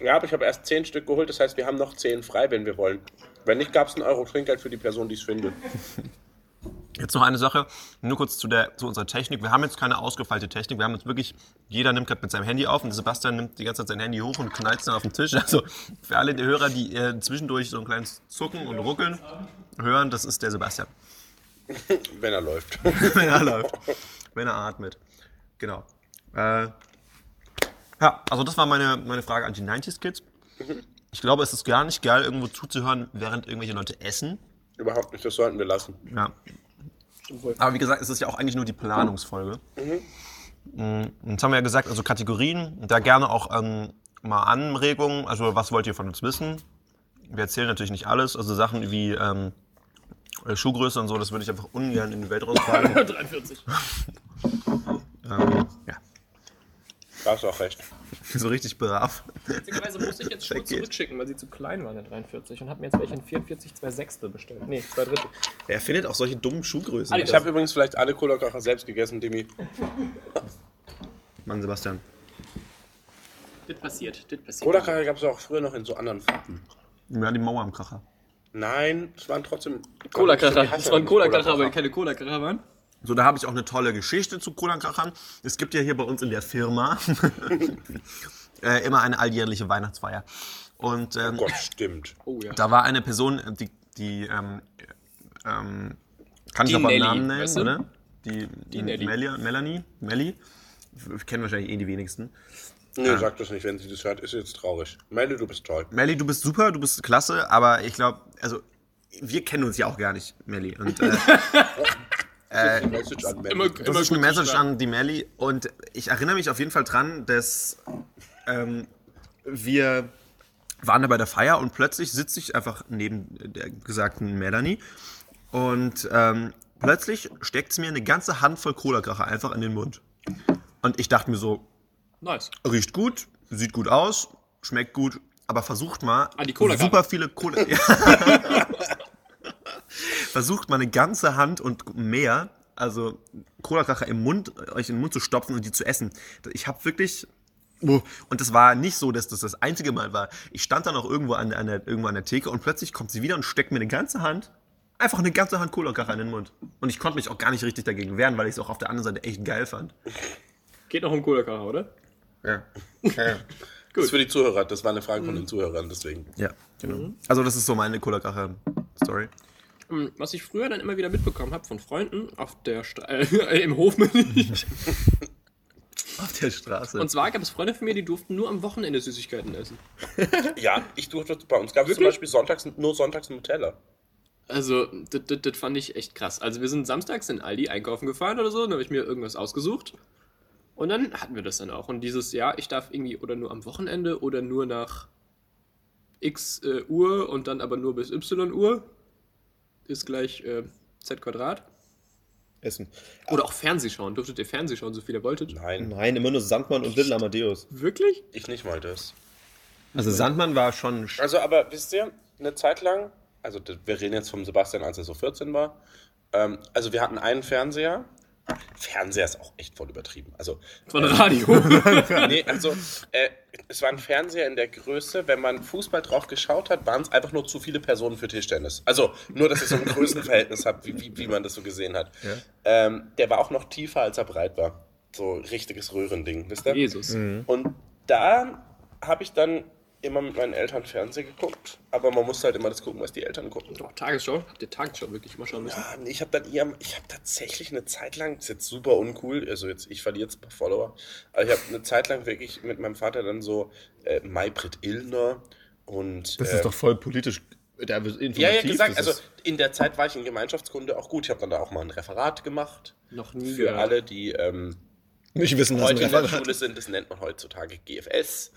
Speaker 3: Ja, aber ich habe erst 10 Stück geholt, das heißt, wir haben noch 10 frei, wenn wir wollen. Wenn nicht, gab es einen Euro Trinkgeld für die Person, die es findet.
Speaker 1: Jetzt noch eine Sache, nur kurz zu, der, zu unserer Technik. Wir haben jetzt keine ausgefeilte Technik. Wir haben jetzt wirklich, jeder nimmt gerade mit seinem Handy auf und Sebastian nimmt die ganze Zeit sein Handy hoch und knallt es dann auf den Tisch. Also für alle die Hörer, die äh, zwischendurch so ein kleines Zucken und Ruckeln hören, das ist der Sebastian,
Speaker 3: Wenn er läuft.
Speaker 1: wenn er läuft, wenn er atmet. Genau. Äh, ja, also das war meine, meine Frage an die 90s Kids. Ich glaube, es ist gar nicht geil, irgendwo zuzuhören, während irgendwelche Leute essen.
Speaker 3: Überhaupt nicht, das sollten wir lassen.
Speaker 1: Ja. Aber wie gesagt, es ist ja auch eigentlich nur die Planungsfolge. Mhm. Jetzt haben wir ja gesagt, also Kategorien, da gerne auch ähm, mal Anregungen, also was wollt ihr von uns wissen? Wir erzählen natürlich nicht alles, also Sachen wie ähm, Schuhgröße und so, das würde ich einfach ungern in die Welt rausfallen.
Speaker 2: 43.
Speaker 1: ähm, ja,
Speaker 3: Da hast du auch recht.
Speaker 1: so richtig brav.
Speaker 2: Beziehungsweise muss ich jetzt
Speaker 1: Check
Speaker 2: Schuhe
Speaker 1: geht.
Speaker 2: zurückschicken, weil sie zu klein waren, der 43. Und habe mir jetzt welche in 44, 2 Sechstel bestellt. Nee, 2 Drittel.
Speaker 1: Er findet auch solche dummen Schuhgrößen.
Speaker 2: Alter,
Speaker 3: Ich habe übrigens vielleicht alle Cola-Kracher selbst gegessen, Demi.
Speaker 1: Mann, Sebastian.
Speaker 2: Das passiert, das passiert.
Speaker 3: Cola-Kracher gab es auch früher noch in so anderen Farben.
Speaker 1: Ja, die Mauer am Kracher.
Speaker 3: Nein, es waren trotzdem.
Speaker 2: Cola-Kracher.
Speaker 3: Ich hasse
Speaker 2: Das waren
Speaker 3: nicht
Speaker 2: Cola-Kracher, weil keine Cola-Kracher waren.
Speaker 1: So, da habe ich auch eine tolle Geschichte zu Cola-Krachern. Es gibt ja hier bei uns in der Firma äh, immer eine alljährliche Weihnachtsfeier. Und ähm,
Speaker 3: Gott, stimmt.
Speaker 2: Oh ja.
Speaker 1: da war eine Person, äh, die, die ähm, ähm, kann ich
Speaker 2: Die
Speaker 1: noch beim
Speaker 2: Nelly,
Speaker 1: Namen nennen,
Speaker 2: weißt du?
Speaker 1: oder? Die, die
Speaker 2: Nelly.
Speaker 1: Melia, Melanie, Melli. F- Kennen wahrscheinlich eh die wenigsten.
Speaker 3: Nee, sag das nicht, wenn sie das hört, ist sie jetzt traurig. Melde, du bist toll.
Speaker 1: Melli, du bist super, du bist klasse, aber ich glaube, also wir kennen uns ja auch gar nicht, Melli. Und äh,
Speaker 3: Die Message an Melde.
Speaker 2: Immer,
Speaker 1: Das
Speaker 2: immer
Speaker 1: ist
Speaker 2: gut
Speaker 1: eine Message
Speaker 2: geschlagen.
Speaker 1: an die Melli und ich erinnere mich auf jeden Fall dran, dass ähm, wir waren da bei der Feier und plötzlich sitze ich einfach neben der gesagten Melanie und ähm, plötzlich steckt sie mir eine ganze Handvoll Cola-Kracher einfach in den Mund. Und ich dachte mir so,
Speaker 2: Nice.
Speaker 1: riecht gut, sieht gut aus, schmeckt gut, aber versucht mal
Speaker 2: Ah, die Cola-Kracher.
Speaker 1: super viele Cola. Ja. versucht mal eine ganze Hand und mehr, also Cola-Kracher im Mund, euch in den Mund zu stopfen und die zu essen. Ich habe wirklich. Oh, Und das war nicht so, dass das das einzige Mal war. Ich stand da noch irgendwo an, an, der, irgendwo an der Theke und plötzlich kommt sie wieder und steckt mir eine ganze Hand, einfach eine ganze Hand Cola-Kracher in den Mund. Und ich konnte mich auch gar nicht richtig dagegen wehren, weil ich es auch auf der anderen Seite echt geil fand.
Speaker 2: Geht noch um Cola-Kracher, oder?
Speaker 1: Ja.
Speaker 3: Das ist für die Zuhörer, das war eine Frage von
Speaker 2: Mhm.
Speaker 3: den Zuhörern, deswegen.
Speaker 1: Ja, genau. Also das ist so meine Cola-Kracher-Story.
Speaker 2: Ähm, Was ich früher dann immer wieder mitbekommen habe von Freunden auf der Stra äh, im Hof meine ich.
Speaker 1: Auf der Straße.
Speaker 2: Und zwar gab es Freunde von mir, die durften nur am Wochenende Süßigkeiten essen.
Speaker 3: Ja, ich durfte bei uns. Gab es zum
Speaker 2: Wirklich?
Speaker 3: Beispiel sonntags, nur sonntags Nutella.
Speaker 2: Also, das- das das fand ich echt krass. Also, wir sind samstags in Aldi einkaufen gefahren oder so, dann habe ich mir irgendwas ausgesucht. Und dann hatten wir das dann auch. Und dieses Jahr, ich darf irgendwie oder nur am Wochenende oder nur nach x äh, Uhr und dann aber nur bis y Uhr. Ist gleich äh, z Quadrat.
Speaker 1: Essen.
Speaker 2: Oder auch Fernseh schauen. Dürftet ihr Fernseh schauen, so viel ihr wolltet?
Speaker 3: Nein,
Speaker 1: Nein, immer nur Sandmann und Little Amadeus.
Speaker 2: Wirklich?
Speaker 3: ich nicht mal das.
Speaker 1: Also Sandmann war schon... sch-
Speaker 3: Also, aber wisst ihr, eine Zeit lang, also d- wir reden jetzt vom Sebastian, als er so 14 war. Ähm, also, wir hatten einen Fernseher. Fernseher ist auch echt voll übertrieben. Also,
Speaker 2: Von Radio.
Speaker 3: nee, also äh, es war ein Fernseher in der Größe, wenn man Fußball drauf geschaut hat, waren es einfach nur zu viele Personen für Tischtennis. Also nur, dass ich so ein Größenverhältnis habe, wie, wie, wie man das so gesehen hat. Ähm, der war auch noch tiefer, als er breit war. So richtiges Röhrending, wisst ihr?
Speaker 2: Jesus.
Speaker 3: Und da habe ich dann immer mit meinen Eltern Fernsehen geguckt, aber man musste halt immer das gucken, was die Eltern gucken.
Speaker 2: Doch, Tagesschau? Habt ihr Tagesschau wirklich mal schauen müssen?
Speaker 3: Ah, nee, Ich habe dann eher, ich habe tatsächlich eine Zeit lang, ist jetzt super uncool, also jetzt, ich verliere jetzt ein paar Follower, aber ich habe eine Zeit lang wirklich mit meinem Vater dann so äh, Maybrit Illner und
Speaker 1: Das
Speaker 3: äh,
Speaker 1: ist doch voll politisch. äh, Da wird
Speaker 3: ja, ja,
Speaker 1: informativ,
Speaker 3: gesagt,
Speaker 1: das
Speaker 3: also
Speaker 1: ist-
Speaker 3: in der Zeit war ich in Gemeinschaftskunde auch gut. Ich habe dann da auch mal ein Referat gemacht.
Speaker 2: Noch nie
Speaker 3: Für
Speaker 2: gehört.
Speaker 3: alle, die ähm,
Speaker 1: nicht wissen, was ein
Speaker 3: heute in der
Speaker 1: Referat
Speaker 3: Schule sind, das nennt man heutzutage GFS.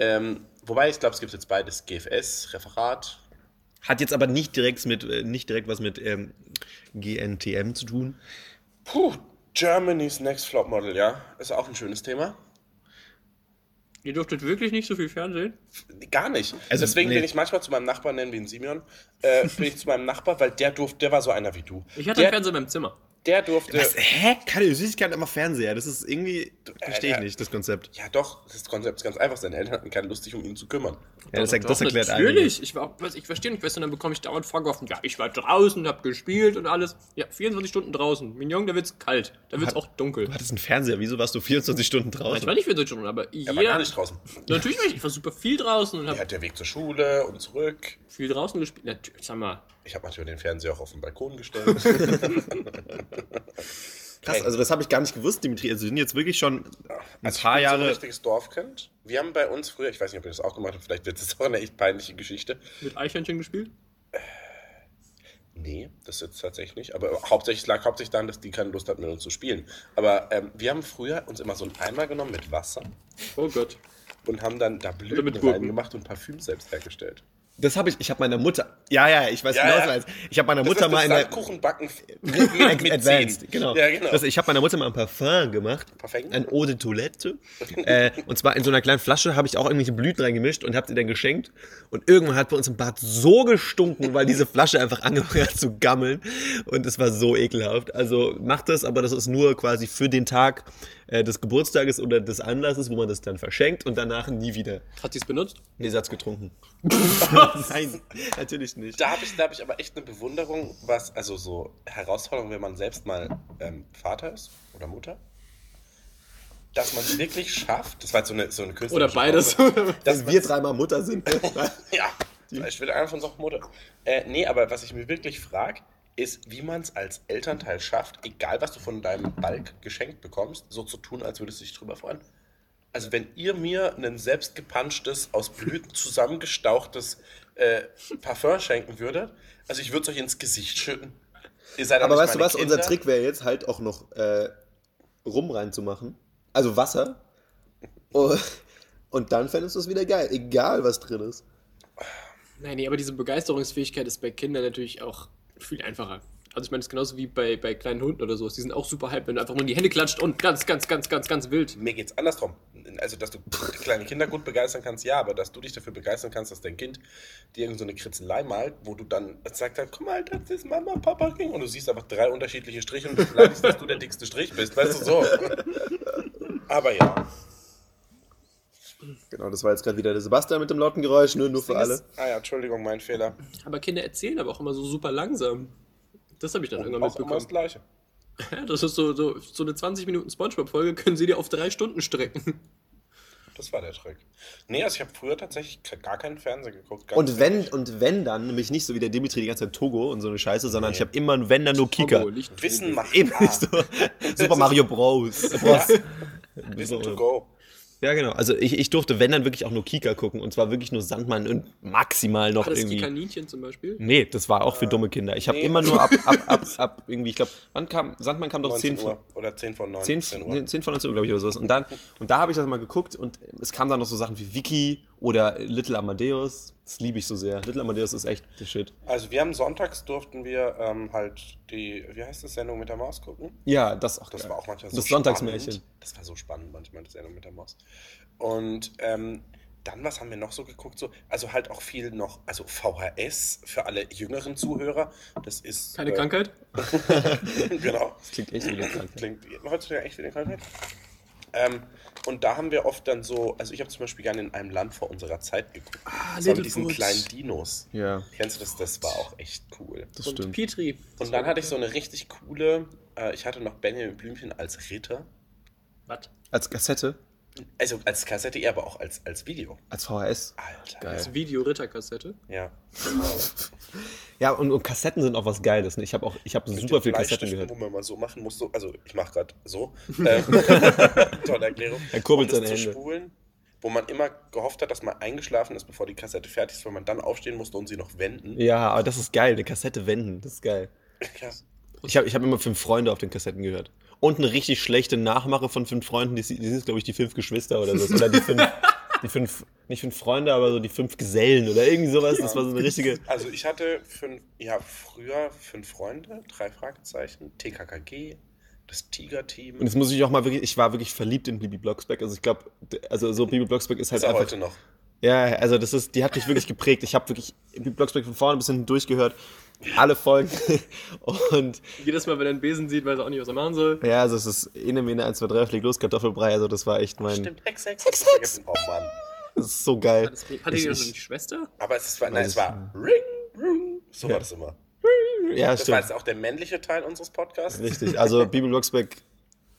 Speaker 3: Ähm, wobei, ich glaube, es gibt jetzt beides, GFS, Referat.
Speaker 1: Hat jetzt aber nicht direkt, mit, äh, nicht direkt was mit ähm, GNTM zu tun.
Speaker 3: Puh, Germany's Next Flop Model, ja. Ist auch ein schönes Thema.
Speaker 2: Ihr durftet wirklich nicht so viel Fernsehen?
Speaker 3: Gar nicht.
Speaker 1: Also,
Speaker 3: Deswegen
Speaker 1: nee.
Speaker 3: bin ich manchmal zu meinem Nachbarn, nennen wir ihn Simeon, äh, bin ich zu meinem Nachbar, weil der durfte, der war so einer wie du.
Speaker 2: Ich hatte
Speaker 3: der,
Speaker 2: einen Fernseher beim Zimmer.
Speaker 3: der durfte.
Speaker 1: Was? Hä? Keine Süßigkeit, immer Fernseher. Das ist irgendwie. Verstehe ich
Speaker 3: äh,
Speaker 1: nicht, das Konzept.
Speaker 3: Ja, doch, das Konzept ist ganz einfach. Seine Eltern hatten keine Lust, sich um ihn zu kümmern.
Speaker 1: Ja, das, das erklärt
Speaker 2: Natürlich. Ich, war auch, was- ich verstehe nicht, weißt du, dann bekomme ich dauernd Vorgeworfen, ja, ich war draußen, hab gespielt und alles. Ja, 24 Stunden draußen. Mignon, da wird's kalt. Da wird's auch dunkel.
Speaker 1: Du hattest einen Fernseher, wieso warst du 24 Stunden
Speaker 2: Ich
Speaker 1: draußen?
Speaker 2: war nicht 24 Stunden, aber
Speaker 3: Er
Speaker 2: jeder.
Speaker 3: war gar nicht draußen.
Speaker 2: Natürlich war ich, ich war super viel draußen und hab
Speaker 3: Er hat der Weg zur Schule und zurück.
Speaker 2: viel draußen gespielt. Natürlich, sag mal.
Speaker 3: Ich habe manchmal den Fernseher auch auf den Balkon gestellt.
Speaker 1: Krass, also das habe ich gar nicht gewusst, Dimitri. Also wir sind jetzt wirklich schon ein
Speaker 3: Als
Speaker 1: paar
Speaker 3: ich so ein
Speaker 1: Jahre.
Speaker 3: richtiges Dorfkind. Wir haben bei uns früher, ich weiß nicht, ob ihr das auch gemacht habt, vielleicht wird es auch eine echt peinliche Geschichte.
Speaker 2: Mit Eichhörnchen gespielt?
Speaker 3: Nee, das jetzt tatsächlich nicht. Aber hauptsächlich lag hauptsächlich daran, dass die keine Lust hat, mit uns zu spielen. Aber ähm, wir haben früher uns immer so einen Eimer genommen mit Wasser
Speaker 2: Oh Gott.
Speaker 3: und haben dann da Blüten
Speaker 2: mit Gurken.
Speaker 3: reingemacht und Parfüm selbst hergestellt.
Speaker 1: Das habe ich, ich habe meiner Mutter. Ja, ja, ich weiß
Speaker 3: Ja,
Speaker 1: genau,
Speaker 3: ja.
Speaker 1: was du meinst. Ich habe meiner
Speaker 3: Das
Speaker 1: Mutter
Speaker 3: ist
Speaker 1: mal
Speaker 3: das
Speaker 1: in der.
Speaker 3: Sandkuchenbacken
Speaker 1: Ad-
Speaker 3: mit, mit
Speaker 1: Advanced,
Speaker 3: zehn.
Speaker 1: genau.
Speaker 3: Ja, genau.
Speaker 1: Das, ich habe meiner Mutter mal ein Parfum gemacht.
Speaker 3: Parfum?
Speaker 1: Ein Eau de Toilette. äh, und zwar in so einer kleinen Flasche habe ich auch irgendwelche Blüten reingemischt und habe sie dann geschenkt. Und irgendwann hat bei uns im Bad so gestunken, weil diese Flasche einfach angefangen hat zu gammeln. Und es war so ekelhaft. Also macht das, aber das ist nur quasi für den Tag äh, des Geburtstages oder des Anlasses, wo man das dann verschenkt und danach nie wieder.
Speaker 2: Hat sie's benutzt?
Speaker 1: Nee, sie hat's getrunken. Nein, natürlich nicht.
Speaker 3: Da habe ich, da hab ich aber echt eine Bewunderung, was, also so Herausforderung, wenn man selbst mal ähm, Vater ist oder Mutter, dass man es wirklich schafft. Das war jetzt so eine, so eine
Speaker 2: Oder
Speaker 3: künstlerische
Speaker 2: beides.
Speaker 3: Pause.
Speaker 1: Dass wir dreimal Mutter sind. ne?
Speaker 3: Ja, ich will einer von uns auch Mutter. Äh, nee, aber was ich mir wirklich frage, ist, wie man es als Elternteil schafft, egal was du von deinem Balk geschenkt bekommst, so zu tun, als würdest du dich drüber freuen. Also wenn ihr mir ein selbst gepanschtes, aus Blüten zusammengestauchtes äh, Parfum schenken würdet, also ich würde es euch ins Gesicht schütten. Ihr seid doch
Speaker 1: Aber
Speaker 3: nicht
Speaker 1: weißt du
Speaker 3: meine
Speaker 1: was, unser
Speaker 3: Kinder.
Speaker 1: Trick wäre jetzt halt auch noch äh, Rum reinzumachen. Also Wasser. Und, und dann fändest du es wieder geil. Egal, was drin ist.
Speaker 2: Nein, nee, aber diese Begeisterungsfähigkeit ist bei Kindern natürlich auch viel einfacher. Also ich meine, das ist genauso wie bei, bei kleinen Hunden oder so. Die sind auch super hype, wenn du einfach nur in die Hände klatscht und ganz, ganz, ganz, ganz, ganz wild.
Speaker 3: Mir geht's andersrum. Also, dass du kleine Kinder gut begeistern kannst, ja, aber dass du dich dafür begeistern kannst, dass dein Kind dir irgendeine so eine Kritzelei malt, wo du dann sagst, guck mal, das ist Mama und Papa ging. Und du siehst einfach drei unterschiedliche Striche und du beleidigst, dass du der dickste Strich bist. Weißt du, so. Aber ja.
Speaker 1: Genau, das war jetzt gerade wieder der Sebastian mit dem lauten Geräusch, ne? nur, nur für alle.
Speaker 3: Ah ja, Entschuldigung, mein Fehler.
Speaker 2: Aber Kinder erzählen aber auch immer so super langsam. Das habe ich dann irgendwann
Speaker 3: Auch immer das
Speaker 2: mitbekommen.
Speaker 3: Gleiche.
Speaker 2: Ja, das ist so, so, so eine 20 Minuten Spongebob-Folge können sie dir auf drei Stunden strecken.
Speaker 3: Das war der Trick. Nee, also ich habe früher tatsächlich gar keinen Fernseher geguckt. ganz
Speaker 1: Und wenn,
Speaker 3: ehrlich.
Speaker 1: und wenn dann, nämlich nicht so wie der Dimitri die ganze Zeit Togo und so eine Scheiße, sondern ich habe immer ein wenn dann nur Kika.
Speaker 2: Oh, Licht-
Speaker 3: Wissen Ah, macht
Speaker 1: Eben
Speaker 3: A.
Speaker 1: nicht so. Super Mario Bros. Bros.
Speaker 3: Wissen to
Speaker 1: So.
Speaker 3: go.
Speaker 1: Ja, genau. Also ich, ich durfte, wenn dann wirklich auch nur Kika gucken. Und zwar wirklich nur Sandmann und maximal noch
Speaker 2: War das
Speaker 1: irgendwie.
Speaker 2: Kikaninchen zum Beispiel?
Speaker 1: Nee, das war auch für dumme Kinder. Ich habe
Speaker 3: nee.
Speaker 1: immer nur ab, ab, ab, ab irgendwie, ich glaube, wann kam, Sandmann kam doch 10
Speaker 3: 19
Speaker 1: von,
Speaker 3: Uhr. Oder 10 von 9.
Speaker 1: 10, 10 von 19 Uhr, glaube ich, oder sowas. Und, dann, und da habe ich das mal geguckt und es kamen dann noch so Sachen wie Wiki oder Little Amadeus. Das liebe ich so sehr. Little Amadeus ist echt der Shit.
Speaker 3: Also wir haben sonntags durften wir ähm, halt die, wie heißt das, Sendung mit der Maus gucken.
Speaker 1: Ja, das auch.
Speaker 3: Das
Speaker 1: geil.
Speaker 3: war auch manchmal so
Speaker 1: Das Sonntagsmärchen.
Speaker 3: Spannend. Das war so spannend manchmal, das Sendung mit der Maus. Und ähm, dann, was haben wir noch so geguckt? So, also halt auch viel noch, also VHS für alle jüngeren Zuhörer. Das ist...
Speaker 2: Keine
Speaker 3: äh,
Speaker 2: Krankheit?
Speaker 3: genau.
Speaker 1: Das klingt echt wie eine Krankheit.
Speaker 3: Klingt heutzutage echt wie eine Krankheit. Ähm, und da haben wir oft dann so, also ich habe zum Beispiel gerne in einem Land vor unserer Zeit geguckt. Ah, so
Speaker 2: Little
Speaker 3: mit diesen
Speaker 2: Fools.
Speaker 3: kleinen Dinos.
Speaker 1: Ja,
Speaker 3: Kennst du das? Das war auch echt cool.
Speaker 1: das
Speaker 2: Und
Speaker 1: stimmt.
Speaker 2: Petri.
Speaker 3: Und dann hatte ich so eine richtig coole, äh, ich hatte noch Benjamin Blümchen als Ritter.
Speaker 2: Was?
Speaker 1: Als Kassette,
Speaker 3: Also als Kassette, ja, aber auch als, als Video.
Speaker 1: als VHS.
Speaker 3: Alter.
Speaker 1: Geil.
Speaker 2: Das Video-Ritterkassette.
Speaker 3: Ja.
Speaker 1: Ja, und, und Kassetten sind auch was Geiles. Ne? Ich habe auch ich hab super viel Kassetten gehört.
Speaker 3: Wo man mal so machen muss, so, also ich mache gerade so. Ähm, tolle Erklärung.
Speaker 1: Er kurbelt
Speaker 3: um
Speaker 1: seine
Speaker 3: das zu
Speaker 1: Hände.
Speaker 3: spulen, wo man immer gehofft hat, dass man eingeschlafen ist, bevor die Kassette fertig ist, weil man dann aufstehen musste und sie noch wenden.
Speaker 1: Ja, aber das ist geil. Eine Kassette wenden, das ist geil.
Speaker 3: Ja.
Speaker 1: Ich habe ich hab immer fünf Freunde auf den Kassetten gehört. Und eine richtig schlechte Nachmache von fünf Freunden. Die, die sind, glaube ich, die fünf Geschwister oder so. Oder die fünf, die fünf, nicht fünf Freunde, aber so die fünf Gesellen oder irgendwie sowas. Das war so eine richtige.
Speaker 3: Also ich hatte fünf, ja, früher fünf Freunde, drei Fragezeichen, TKKG, das Tiger-Team.
Speaker 1: Und jetzt muss ich auch mal wirklich, ich war wirklich verliebt in Bibi Blocksberg. Also ich glaube, also so Bibi Blocksberg ist halt
Speaker 3: Ist er
Speaker 1: einfach.
Speaker 3: heute noch.
Speaker 1: Ja, also das ist, die hat mich wirklich geprägt. Ich habe wirklich Bibi Blocksberg von vorne bis hinten durchgehört. Alle Folgen. Und
Speaker 2: Jedes Mal, wenn er einen Besen sieht, weiß er auch nicht, was er machen soll.
Speaker 1: ja, also es ist Inemene 1, 2, 3, fliegt los, Kartoffelbrei. Also das war echt mein.
Speaker 3: Stimmt, Hex, Hex, Hex, Hex. Oh Mann.
Speaker 1: Das ist so geil.
Speaker 2: Hat die noch
Speaker 1: Ich-
Speaker 2: eine
Speaker 1: ich-
Speaker 2: Schwester?
Speaker 3: Aber es war, nein,
Speaker 1: Weiß
Speaker 3: es war Ring, Ring. So
Speaker 1: Ja.
Speaker 3: war das immer.
Speaker 1: Ja,
Speaker 3: Das war
Speaker 1: stimmt.
Speaker 3: jetzt auch der männliche Teil unseres Podcasts.
Speaker 1: Richtig. Also Bibi Blocksberg,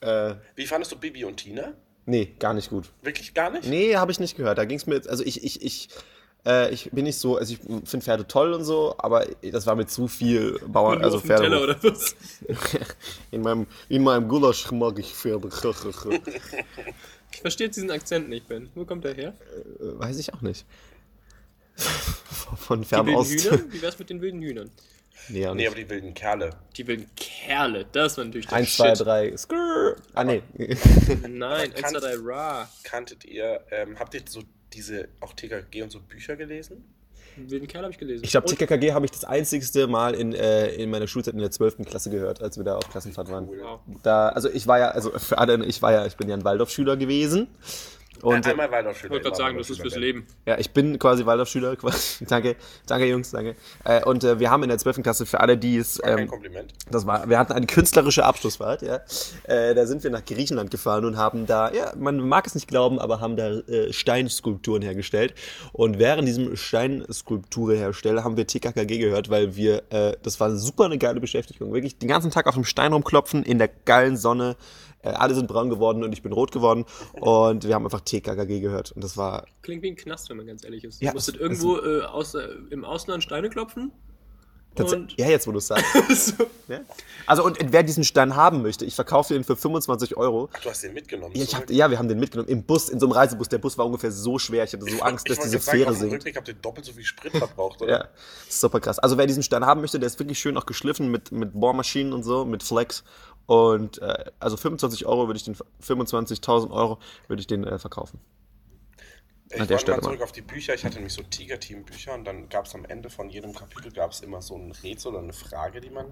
Speaker 1: äh,
Speaker 3: Wie fandest du Bibi und Tina?
Speaker 1: nee, gar nicht gut.
Speaker 3: Wirklich gar nicht?
Speaker 1: Nee, habe ich nicht gehört. Da ging es mir jetzt, also ich, ich, ich, äh, ich bin nicht so, also ich finde Pferde toll und so, aber das war mir zu viel Bauern,
Speaker 2: Nur
Speaker 1: also
Speaker 2: auf dem Teller
Speaker 1: Pferde.
Speaker 2: oder was?
Speaker 1: In meinem, in meinem Gulasch mag ich Pferde.
Speaker 2: Ich verstehe jetzt diesen Akzent nicht, Ben. Wo kommt der her?
Speaker 1: Weiß ich auch nicht. Von
Speaker 2: Die
Speaker 1: fern
Speaker 2: wilden
Speaker 1: aus.
Speaker 2: Hühner? Wie wär's mit den wilden Hühnern?
Speaker 1: Nee, auch
Speaker 3: Nee,
Speaker 1: nicht.
Speaker 3: aber die wilden Kerle.
Speaker 2: Die wilden Kerle, das war natürlich der
Speaker 1: 1, 2,
Speaker 2: Shit.
Speaker 1: 3, skrrr. Ah, nee.
Speaker 2: Nein,
Speaker 3: Aber kannst-
Speaker 2: 1, 2, 3, ra.
Speaker 3: Kanntet ihr, ähm, habt ihr so diese, auch TKG und so Bücher gelesen?
Speaker 2: Den wilden Kerl habe ich gelesen.
Speaker 1: Ich glaube,
Speaker 2: Und-
Speaker 1: TKKG habe ich das einzigste Mal in, äh, in meiner Schulzeit in der 12. Klasse gehört, als wir da auf Klassenfahrt waren.
Speaker 2: Wow.
Speaker 1: Da, also ich war ja, also für alle, ich war ja, ich bin ja ein Waldorfschüler gewesen. Und
Speaker 3: Äh,
Speaker 1: äh,
Speaker 3: einmal Waldorfschüler.
Speaker 2: Ich wollte gerade
Speaker 3: immer
Speaker 2: sagen, das ist fürs
Speaker 3: Waldorfschüler
Speaker 2: Leben.
Speaker 1: ja, ich bin quasi Waldorfschüler. quasi. danke, danke Jungs, danke. Äh, und äh, wir haben in der 12. Klasse für alle, die es,
Speaker 3: werden. War kein
Speaker 1: ähm,
Speaker 3: Kompliment.
Speaker 1: das war, wir hatten eine künstlerische Abschlussfahrt, ja. Äh, da sind wir nach Griechenland gefahren und haben da, ja, man mag es nicht glauben, aber haben da äh, Steinskulpturen hergestellt. Und während diesem Steinskulpturehersteller haben wir TKKG gehört, weil wir, äh, das war super eine geile Beschäftigung. Wirklich den ganzen Tag auf dem Stein rumklopfen, in der geilen Sonne. Äh, alle sind braun geworden und ich bin rot geworden. Und wir haben einfach TKKG gehört. Und das war,
Speaker 2: Klingt wie ein Knast, wenn man ganz ehrlich ist.
Speaker 1: Ja,
Speaker 2: du musstet
Speaker 1: es-
Speaker 2: irgendwo äh, außer, im Ausland Steine klopfen. Und
Speaker 1: ja, jetzt wo du es sagst.
Speaker 2: so.
Speaker 1: ja. Also, und wer diesen Stein haben möchte, ich verkaufe den für 25 Euro.
Speaker 3: Ach, du hast den mitgenommen.
Speaker 1: Ja, ich
Speaker 3: zurück?
Speaker 1: hab, ja, wir haben den mitgenommen im Bus, in so einem Reisebus. Der Bus war ungefähr so schwer. Ich hatte so Angst,
Speaker 3: Ich
Speaker 1: dass
Speaker 3: wollte
Speaker 1: diese
Speaker 3: gerade sagen,
Speaker 1: Fähre
Speaker 3: Auf dem
Speaker 1: sinkt.
Speaker 3: Rückweg habt ihr doppelt so viel Sprit verbraucht, oder?
Speaker 1: Ja, super krass. Also wer diesen Stein haben möchte, der ist wirklich schön auch geschliffen mit, mit Bohrmaschinen und so, mit Flex. Und äh, also 25 Euro würde ich den, 25.000 Euro würde ich den äh, verkaufen.
Speaker 3: Ich
Speaker 1: An der
Speaker 3: wollte
Speaker 1: Stelle
Speaker 3: mal
Speaker 1: mal.
Speaker 3: zurück auf die Bücher. Ich hatte nämlich so Tiger-Team-Bücher und dann gab es am Ende von jedem Kapitel gab's immer so ein Rätsel oder eine Frage, die man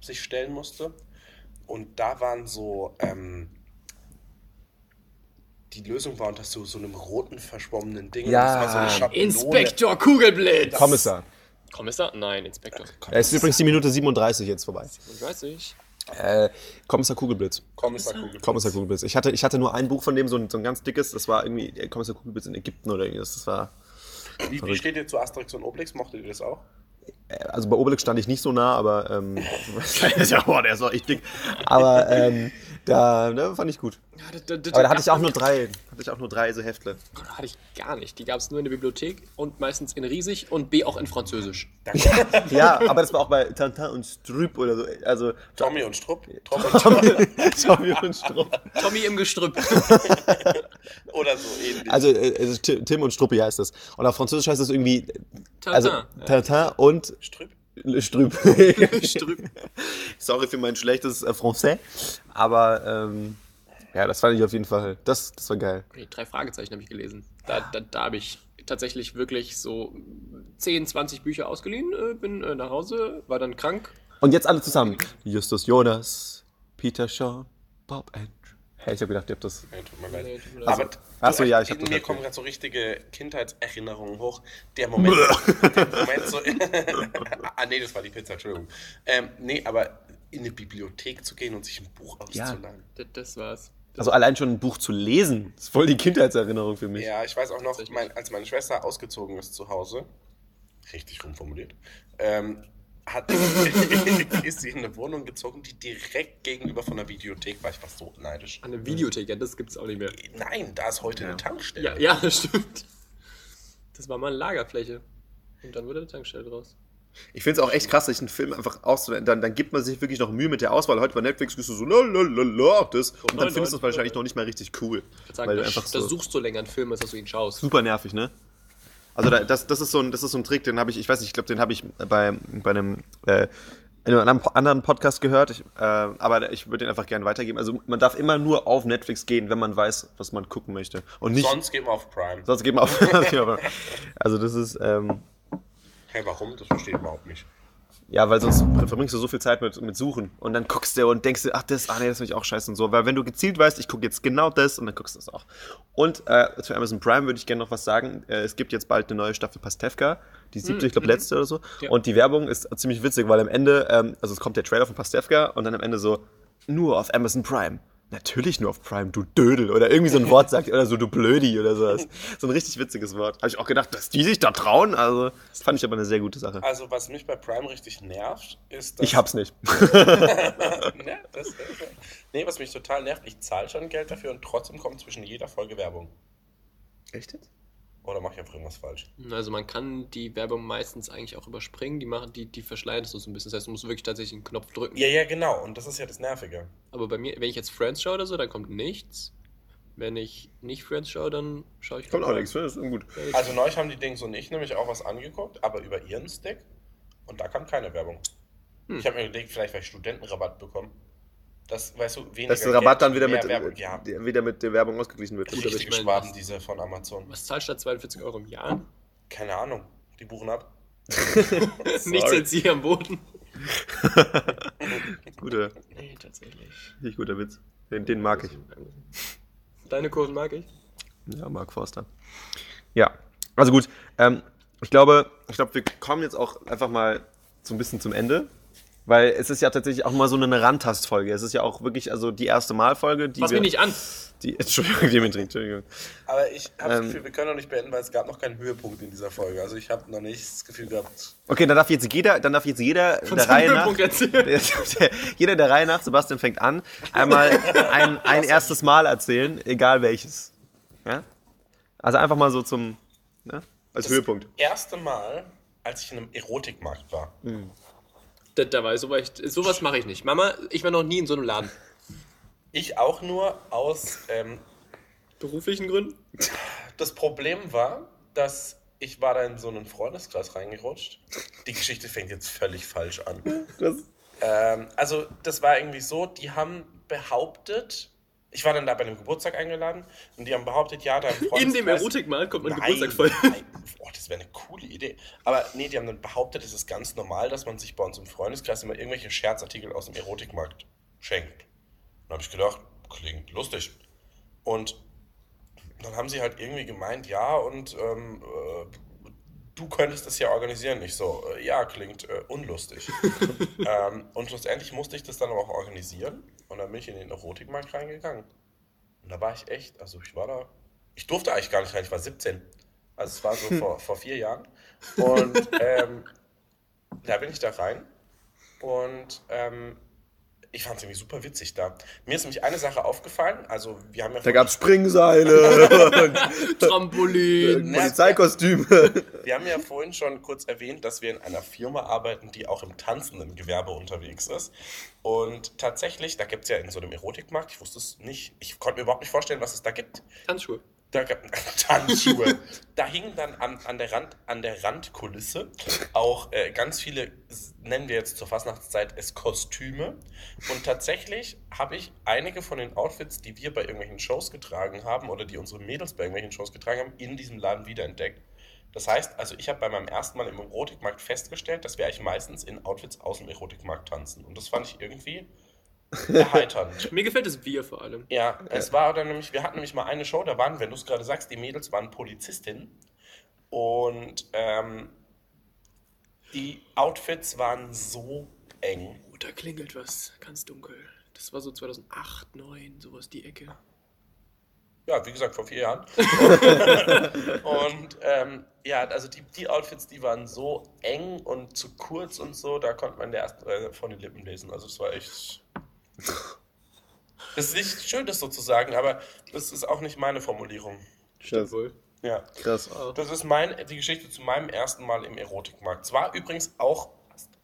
Speaker 3: sich stellen musste. Und da waren so, ähm, die Lösung war unter so, so einem roten, verschwommenen Ding. und
Speaker 1: Ja.
Speaker 3: das war so eine Schablone.
Speaker 2: Inspektor Kugelblitz!
Speaker 1: Kommissar.
Speaker 2: Kommissar? Nein, Inspektor.
Speaker 1: Es ist übrigens die Minute 37 jetzt vorbei.
Speaker 2: Ich weiß nicht.
Speaker 1: Äh, Kommissar Kugelblitz.
Speaker 3: Kommissar Kugel.
Speaker 1: Kommissar Kugelblitz. Ich hatte, ich hatte nur ein Buch von dem, so ein, so ein ganz dickes. Das war irgendwie äh, Kommissar Kugelblitz in Ägypten oder irgendwas. Das war
Speaker 3: Wie, wie steht ihr zu Asterix und Obelix? Mochtet ihr das auch?
Speaker 1: Also bei Obelix stand ich nicht so nah, aber ähm, ja, boah, der ist auch echt dick. Aber ähm, da ne, fand ich gut. Aber da hatte ich auch nur drei, hatte ich auch nur drei so Heftle.
Speaker 2: Hatte ich gar nicht. Die gab es nur in der Bibliothek und meistens in riesig und B auch in Französisch.
Speaker 1: Ja, aber das war auch bei Tantan und Strüb oder so. Also
Speaker 3: Tommy und Strupp? Tom und Strupp
Speaker 1: Tommy und Strupp.
Speaker 2: Tommy im Gestrüpp.
Speaker 3: oder so ähnlich.
Speaker 1: Also äh, also Ti- Tim und Struppi heißt das. Und auf Französisch heißt das irgendwie also
Speaker 2: Tintin.
Speaker 1: Tantan und
Speaker 3: Strüpp?
Speaker 1: Strüb.
Speaker 2: Strüpp.
Speaker 1: Sorry für mein schlechtes äh, Français, aber ähm, ja, das fand ich auf jeden Fall. Das, das war geil.
Speaker 2: Nee, drei Fragezeichen habe ich gelesen. Da, da, da habe ich tatsächlich wirklich so 10, 20 Bücher ausgeliehen, äh, bin äh, nach Hause, war dann krank.
Speaker 1: Und jetzt alle zusammen. Justus Jonas, Peter Shaw, Bob Andrew. Hey, ich habe gedacht, ihr habt das.
Speaker 3: Nein, tut mir leid.
Speaker 2: Nee, tut mir leid.
Speaker 3: Aber
Speaker 1: Also- Ach so, ja, ich hab
Speaker 3: in
Speaker 1: das
Speaker 3: mir
Speaker 1: halt
Speaker 3: kommen gerade so richtige Kindheitserinnerungen hoch. Der Moment, der Moment so. ah, nee, das war die Pizza, Entschuldigung. Ähm, nee, aber in eine Bibliothek zu gehen und sich ein Buch
Speaker 1: Ja.
Speaker 3: auszuleihen.
Speaker 2: Das, das war's.
Speaker 1: Also allein schon ein Buch zu lesen, ist voll die Kindheitserinnerung für mich.
Speaker 3: Ja. ich weiß auch noch,
Speaker 2: Tatsächlich.
Speaker 3: mein, als meine Schwester ausgezogen ist zu Hause, richtig rumformuliert, ähm, hat ist sie in eine Wohnung gezogen, die direkt gegenüber von der Videothek war. Ich war so neidisch.
Speaker 2: An der Videothek, ja, das gibt's auch nicht mehr.
Speaker 3: Nein, da ist heute eine Tankstelle.
Speaker 2: Ja, ja, das stimmt. Das war mal eine Lagerfläche. Und dann wurde eine Tankstelle draus.
Speaker 1: Ich finde es auch echt krass, sich einen Film einfach auszuwählen. Dann, dann gibt man sich wirklich noch Mühe mit der Auswahl. Heute bei Netflix bist du so, lalalala, das. Und dann findest du es wahrscheinlich noch nicht mal richtig cool. weil
Speaker 2: Ich sagen,
Speaker 1: du
Speaker 2: das,
Speaker 1: einfach
Speaker 2: das
Speaker 1: so
Speaker 2: suchst du länger einen Film, als dass du ihn schaust.
Speaker 1: super nervig, ne? Also da, das, das, ist so ein, das ist so ein Trick, den habe ich, ich weiß nicht, ich glaube, den habe ich bei, bei einem, äh, in einem anderen Po- anderen Podcast gehört, ich, äh, aber ich würde den einfach gerne weitergeben. Also man darf immer nur auf Netflix gehen, wenn man weiß, was man gucken möchte. Und nicht, sonst,
Speaker 3: Sonst gehen wir auf Prime.
Speaker 1: sonst geht man auf. also das ist, ähm,
Speaker 3: Hey, warum? Das verstehe ich überhaupt nicht.
Speaker 1: Ja, weil sonst verbringst du so viel Zeit mit, mit Suchen und dann guckst du und denkst dir, ach das, ah nee, das finde ich auch scheiße und so. Weil wenn du gezielt weißt, ich gucke jetzt genau das und dann guckst du das auch. Und äh, zu Amazon Prime würde ich gerne noch was sagen. Äh, es gibt jetzt bald eine neue Staffel Pastewka, die siebte, ich glaube letzte oder so. Und die Werbung ist ziemlich witzig, weil am Ende, ähm, also es kommt der Trailer von Pastewka und dann am Ende so, nur auf Amazon Prime. Natürlich nur auf Prime, du Dödel. Oder irgendwie so ein Wort sagt, oder so, du Blödi oder sowas. So ein richtig witziges Wort. Habe ich auch gedacht, dass die sich da trauen. Also, das fand ich aber eine sehr gute Sache.
Speaker 3: Also, was mich bei Prime richtig nervt, ist, dass.
Speaker 1: Ich hab's nicht.
Speaker 3: ne, das, nee, was mich total nervt, ich zahle schon Geld dafür und trotzdem kommt zwischen jeder Folge Werbung.
Speaker 1: Echt jetzt?
Speaker 3: Oder mache ich einfach irgendwas falsch?
Speaker 2: Also man kann die Werbung meistens eigentlich auch überspringen. Die machen, die, die verschleierst du so ein bisschen. Das heißt, du musst wirklich tatsächlich einen Knopf drücken.
Speaker 3: Ja, ja, genau. Und das ist ja das Nervige.
Speaker 2: Aber bei mir, wenn ich jetzt Friends schaue oder so, dann kommt nichts. Wenn ich nicht Friends schaue, dann schaue ich
Speaker 1: Kommt auch nichts, ne? das ist gut.
Speaker 3: Also, neulich haben die Dings und ich nämlich auch was angeguckt, aber über ihren Stick. Und da kam keine Werbung.
Speaker 1: Hm.
Speaker 3: Ich habe mir überlegt, vielleicht weil ich Studentenrabatt bekommen. Das, weißt du, weniger
Speaker 1: Dass der Rabatt
Speaker 3: Geld,
Speaker 1: dann wieder
Speaker 3: mehr
Speaker 1: mit,
Speaker 3: Werbung. Ja,
Speaker 1: der- wieder mit der Werbung ausgeglichen wird.
Speaker 2: aber ich
Speaker 3: richtige
Speaker 2: meine,
Speaker 3: Schwaben,
Speaker 2: das-
Speaker 3: diese von Amazon.
Speaker 2: Was zahlst du da 42 Euro im Jahr?
Speaker 3: Keine Ahnung. Die buchen ab.
Speaker 2: Nichts jetzt hier am Boden.
Speaker 1: Guter,
Speaker 2: Nee, tatsächlich.
Speaker 1: richtig guter Witz. Den, den mag ich.
Speaker 2: Deine Kurven mag ich.
Speaker 1: Ja, Mark Forster. Ja, also gut. Ähm, ich glaube, ich glaube, wir kommen jetzt auch einfach mal so ein bisschen zum Ende. Weil es ist ja tatsächlich auch mal so eine Randtastfolge. Es ist ja auch wirklich also die erste Malfolge, die
Speaker 2: Fass
Speaker 1: wir.
Speaker 2: mich nicht an.
Speaker 1: Die, Entschuldigung, Dimitri, Entschuldigung.
Speaker 3: Aber ich habe
Speaker 1: Ähm.
Speaker 3: das Gefühl, wir können noch nicht beenden, weil es gab noch keinen Höhepunkt in dieser Folge. Also ich habe noch nicht das Gefühl gehabt.
Speaker 1: Okay, dann darf jetzt jeder, dann darf jetzt jeder der
Speaker 2: seinem
Speaker 1: Reihe nach,
Speaker 2: Höhepunkt erzählen.
Speaker 1: der, der, jeder der Reihe nach, Sebastian fängt an, einmal ein, ein erstes Mal erzählen, egal welches. Ja? Also einfach mal so zum, ne? als Höhepunkt.
Speaker 3: Erste Mal, als ich in einem Erotikmarkt war.
Speaker 2: Da, da war ich, so war ich sowas mache ich nicht. Mama, ich war noch nie in so einem Laden.
Speaker 3: Ich auch nur aus. Ähm,
Speaker 2: Beruflichen Gründen?
Speaker 3: das Problem war, dass ich war da in so einen Freundeskreis reingerutscht. Die Geschichte fängt jetzt völlig falsch an. Ähm, also das war irgendwie so, die haben behauptet, ich war dann da bei einem Geburtstag eingeladen und die haben behauptet, ja, dein Freundeskreis...
Speaker 2: In dem Erotikmarkt kommt mein
Speaker 3: Nein,
Speaker 2: Geburtstag voll.
Speaker 3: nein. Boah, das wäre eine coole Idee. Aber nee, die haben dann behauptet, es ist ganz normal, dass man sich bei uns im Freundeskreis immer irgendwelche Scherzartikel aus dem Erotikmarkt schenkt. Dann habe ich gedacht, klingt lustig. Und dann haben sie halt irgendwie gemeint, ja, und ähm, äh, du könntest das ja organisieren. Ich so, äh, ja, klingt äh, unlustig. ähm, und schlussendlich musste ich das dann aber auch organisieren. Und dann bin ich in den Erotikmarkt reingegangen. Und da war ich echt, also ich war da, ich durfte eigentlich gar nicht rein, ich war 17. Also es war so vor, vor vier Jahren. Und ähm, da bin ich da rein. Und ähm, ich fand es irgendwie super witzig da. Mir ist nämlich eine Sache aufgefallen. Also wir haben ja
Speaker 1: Da gab es Springseile
Speaker 2: Trampolin.
Speaker 1: und Polizeikostüme.
Speaker 3: Wir haben ja vorhin schon kurz erwähnt, dass wir in einer Firma arbeiten, die auch im tanzenden Gewerbe unterwegs ist. Und tatsächlich, da gibt es ja in so einem Erotikmarkt, ich wusste es nicht, ich konnte mir überhaupt nicht vorstellen, was es da gibt.
Speaker 2: Handschuhe.
Speaker 3: Da gab Tanzschuhe. da hingen dann an, an, der Rand, an der Randkulisse auch äh, ganz viele, s- nennen wir jetzt zur Fastnachtszeit es Kostüme. Und tatsächlich habe ich einige von den Outfits, die wir bei irgendwelchen Shows getragen haben oder die unsere Mädels bei irgendwelchen Shows getragen haben, in diesem Laden wiederentdeckt. Das heißt, also ich habe bei meinem ersten Mal im Erotikmarkt festgestellt, dass wir eigentlich meistens in Outfits aus dem Erotikmarkt tanzen. Und das fand ich irgendwie erheiternd.
Speaker 2: Mir gefällt das Bier vor allem.
Speaker 3: Ja, es war dann nämlich, wir hatten nämlich mal eine Show, da waren, wenn du es gerade sagst, die Mädels waren Polizistinnen und ähm, die Outfits waren so eng.
Speaker 2: Oh, da klingelt was. Ganz dunkel. Das war so 2008, 2009, sowas die Ecke.
Speaker 3: ja, wie gesagt, vor vier Jahren. und ähm, ja, also die, die Outfits, die waren so eng und zu kurz und so, da konnte man der ersten Reihe von den Lippen lesen. Also es war echt. Das ist nicht schön, das so zu sagen, aber das ist auch nicht meine Formulierung.
Speaker 1: Krass.
Speaker 2: Wohl.
Speaker 3: Ja.
Speaker 1: Krass.
Speaker 3: Das ist mein, die Geschichte zu meinem ersten Mal im Erotikmarkt. Es war übrigens auch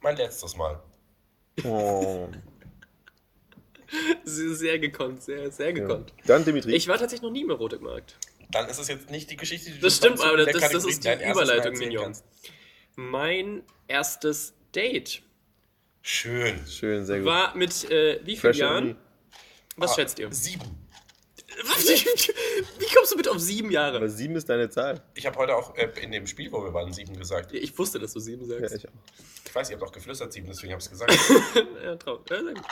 Speaker 3: mein letztes Mal.
Speaker 1: Oh.
Speaker 2: Sehr sehr gekonnt, sehr, sehr gekonnt.
Speaker 1: Dann Dimitri.
Speaker 2: Ich war tatsächlich noch nie im Erotikmarkt.
Speaker 3: Dann ist es jetzt nicht die Geschichte, die
Speaker 2: Das
Speaker 3: dann
Speaker 2: stimmt,
Speaker 3: zu
Speaker 2: aber
Speaker 3: also der
Speaker 2: das- das
Speaker 3: Kategorie
Speaker 2: ist die
Speaker 3: dein erstes Mal
Speaker 2: Überleitung,
Speaker 3: erzählen
Speaker 2: Mignon.
Speaker 3: kannst.
Speaker 2: Mein erstes Date
Speaker 3: Schön.
Speaker 1: Schön, sehr gut.
Speaker 2: war mit äh, wie vielen
Speaker 1: Fresh
Speaker 2: Jahren?
Speaker 1: Energie.
Speaker 2: Was
Speaker 3: Ah,
Speaker 2: schätzt ihr?
Speaker 3: Sieben.
Speaker 2: Wie kommst du mit auf sieben
Speaker 1: Aber
Speaker 2: Jahre?
Speaker 1: sieben ist deine Zahl.
Speaker 3: Ich habe heute auch äh, in dem Spiel, wo wir waren, sieben gesagt.
Speaker 2: Ich wusste, dass du sieben
Speaker 1: Ja,
Speaker 2: sagst.
Speaker 1: ich auch.
Speaker 3: Ich weiß, ihr habt auch geflüstert sieben, deswegen habe ich es gesagt.
Speaker 2: Ja, traurig. Ja, sehr gut.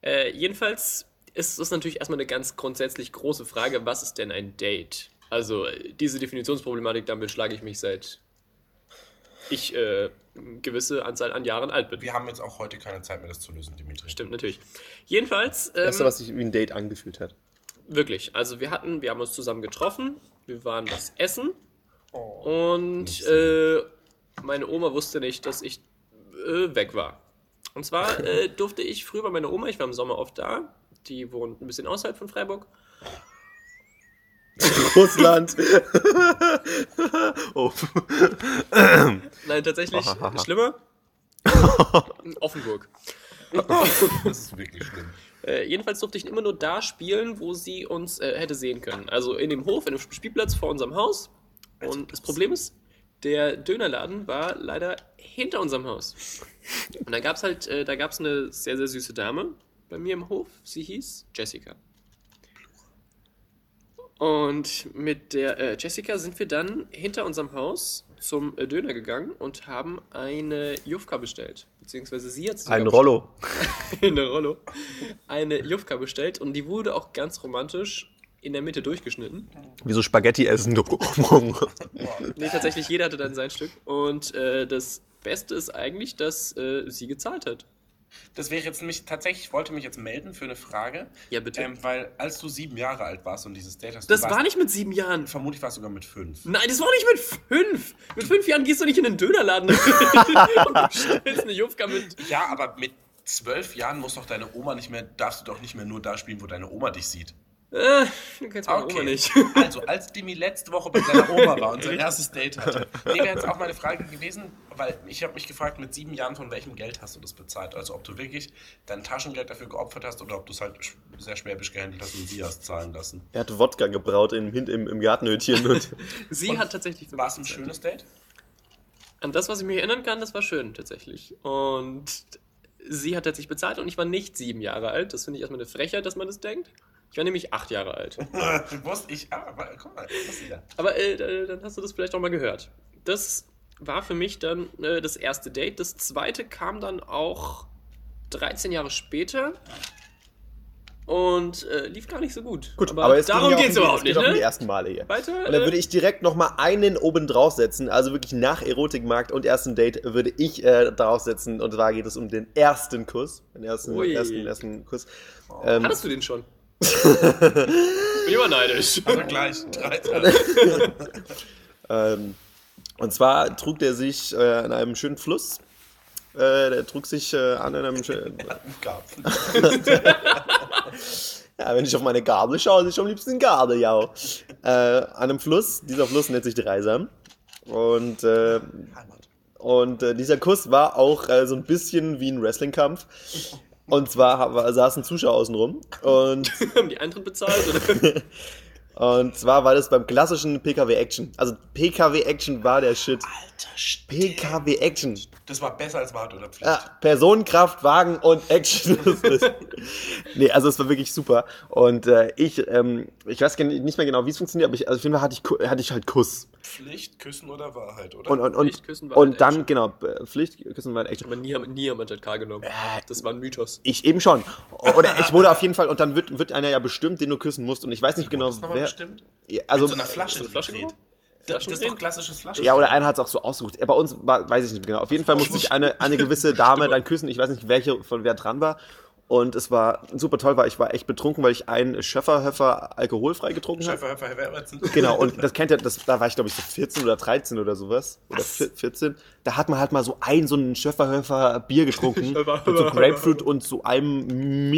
Speaker 2: Äh, jedenfalls ist es natürlich erstmal eine ganz grundsätzlich große Frage, was ist denn ein Date? Also äh, diese Definitionsproblematik, damit schlage ich mich seit ich äh, eine gewisse Anzahl an Jahren alt bin.
Speaker 3: wir haben jetzt auch heute keine Zeit mehr, das zu lösen, Dimitri.
Speaker 2: Stimmt natürlich. Jedenfalls, ähm,
Speaker 1: Erste, was sich wie ein Date angefühlt hat.
Speaker 2: wirklich, also wir hatten, wir haben uns zusammen getroffen, wir waren was essen
Speaker 3: Oh.
Speaker 2: und äh, meine Oma wusste nicht, dass ich äh, weg war. Und zwar äh, durfte ich früher bei meiner Oma, ich war im Sommer oft da, die wohnt ein bisschen außerhalb von Freiburg,
Speaker 1: Russland. oh.
Speaker 2: Nein, tatsächlich schlimmer. In Offenburg.
Speaker 3: Das ist wirklich schlimm.
Speaker 2: Äh, jedenfalls durfte ich immer nur da spielen, wo sie uns äh, hätte sehen können. Also in dem Hof, in dem Spielplatz vor unserem Haus. Und das Problem ist, der Dönerladen war leider hinter unserem Haus. Und da gab es halt, äh, da gab es eine sehr, sehr süße Dame bei mir im Hof. Sie hieß Jessica. Und mit der äh, Jessica sind wir dann hinter unserem Haus zum äh, Döner gegangen und haben eine Jufka bestellt. Beziehungsweise sie hat sie
Speaker 1: Ein
Speaker 2: sogar
Speaker 1: Rollo.
Speaker 2: eine Rollo, eine Jufka bestellt und die wurde auch ganz romantisch in der Mitte durchgeschnitten.
Speaker 1: Wie so Spaghetti essen.
Speaker 2: Nee, tatsächlich, jeder hatte dann sein Stück. Und äh, das Beste ist eigentlich, dass äh, sie gezahlt hat.
Speaker 3: Das wäre jetzt nämlich, tatsächlich, ich wollte mich jetzt melden für eine Frage.
Speaker 2: Ja, bitte.
Speaker 3: Ähm, weil als du sieben Jahre alt warst und dieses Date hast, du
Speaker 2: das
Speaker 3: warst-
Speaker 2: war nicht mit sieben Jahren.
Speaker 3: Vermutlich warst du sogar mit fünf.
Speaker 2: Nein, das war nicht mit fünf. Mit fünf Jahren gehst du nicht in den Dönerladen und bestellst eine Jufka mit.
Speaker 3: Ja, aber mit zwölf Jahren muss doch deine Oma nicht mehr, darfst du doch nicht mehr nur da spielen, wo deine Oma dich sieht.
Speaker 2: Äh, du kennst meine Oma nicht.
Speaker 3: Also, als Demi letzte Woche bei seiner Oma war und sein erstes Date hatte, nee, wäre jetzt auch meine Frage gewesen, weil ich habe mich gefragt, mit sieben Jahren von welchem Geld hast du das bezahlt? Also, ob du wirklich dein Taschengeld dafür geopfert hast oder ob du es halt sch- sehr schwäbisch gehandelt hast und sie hast zahlen lassen.
Speaker 1: Er hat Wodka gebraut im, Hin- im, im Gartenhütchen. Und
Speaker 2: Sie hat tatsächlich
Speaker 3: War es ein schönes Date?
Speaker 2: An das, was ich mich erinnern kann, das war schön tatsächlich. Und sie hat tatsächlich bezahlt und ich war nicht sieben Jahre alt. Das finde ich erstmal eine Frechheit, dass man das denkt. Ich war nämlich acht Jahre alt.
Speaker 3: Wusste ich, ah, wa- guck mal, das ist ja.
Speaker 2: Aber äh, äh, dann hast du das vielleicht auch mal gehört. Das war für mich dann äh, das erste Date. Das zweite kam dann auch 13 Jahre später und äh, lief gar nicht so gut. darum
Speaker 1: ging ja
Speaker 2: geht's
Speaker 1: auch um die-
Speaker 2: überhaupt
Speaker 1: es geht
Speaker 2: nicht.
Speaker 1: auch um die
Speaker 2: Ne?
Speaker 1: ersten Male hier.
Speaker 2: Weiter,
Speaker 1: Und da
Speaker 2: äh,
Speaker 1: würde ich direkt nochmal einen oben draufsetzen. Also wirklich nach Erotikmarkt und ersten Date würde ich äh, draufsetzen. Und zwar geht es um den ersten Kuss. Den ersten,
Speaker 2: Ui. Oh.
Speaker 1: ersten, ersten Kuss. Ähm,
Speaker 2: äh, Hattest du den schon? Bin immer neidisch.
Speaker 3: Also gleich drei Tage.
Speaker 1: Ähm, und zwar trug der sich äh, an einem schönen Fluss. Äh, der trug sich äh, an einem schönen.
Speaker 3: Garten.
Speaker 1: Ja, wenn ich auf meine Gabel schaue, sehe ich am liebsten Gabeljau. Äh, an einem Fluss. Dieser Fluss nennt sich Dreisam. Und, äh, und äh, dieser Kuss war auch äh, so ein bisschen wie ein Wrestlingkampf. Und zwar ha- war- saßen Zuschauer außenrum. Und
Speaker 2: Haben die Eintritt bezahlt? Oder?
Speaker 1: Und zwar war das beim klassischen PKW Action. Also PKW Action war der Shit. PKW Action.
Speaker 3: Das war besser als Wart oder Pflicht.
Speaker 1: Ja, Ah, Personenkraft, Wagen und Action. Das ist- nee, also es war wirklich super. Und äh, ich, ähm, ich weiß gar nicht nicht mehr genau, wie es funktioniert, aber ich, also auf jeden Fall hatte ich, Ku- hatte ich halt Kuss.
Speaker 3: Pflicht, Küssen oder Wahrheit, oder?
Speaker 1: Und, und, und,
Speaker 2: Pflicht, Küssen war
Speaker 1: und
Speaker 2: halt
Speaker 1: dann,
Speaker 2: Action.
Speaker 1: genau, äh, Pflicht, Küssen war Action.
Speaker 2: Aber nie, haben- nie haben wir das K genommen.
Speaker 3: Äh,
Speaker 2: Das war ein Mythos.
Speaker 1: Ich eben schon. Oder ich wurde auf jeden Fall, und dann wird, wird einer ja bestimmt, den du küssen musst. Und ich weiß nicht genau,
Speaker 3: das nochmal
Speaker 1: wer.
Speaker 3: bestimmt?
Speaker 1: Ja, Also,
Speaker 3: so einer Flasche, so
Speaker 2: Flasche
Speaker 3: eine Flasche gedreht.
Speaker 2: gemacht?
Speaker 3: Das, das ist
Speaker 2: Flaschendrehen?
Speaker 3: doch klassisches Flaschen.
Speaker 1: Ja, oder einer hat es auch so ausgesucht. Bei uns war, weiß ich nicht genau. Auf jeden Fall musste ich eine, eine gewisse Dame dann küssen. Ich weiß nicht, welche von wer dran war. Und es war super toll, weil ich war echt betrunken, weil ich einen Schöfferhöffer alkoholfrei getrunken habe.
Speaker 3: Schäfer, Höfer, Herbertsen.
Speaker 1: Genau, und das kennt ihr, das, da war ich glaube ich so 14 oder 13 oder sowas. Oder vier- 14. Da hat man halt mal so ein, so ein Schöfferhöfer Bier getrunken. mit so Grapefruit und so einem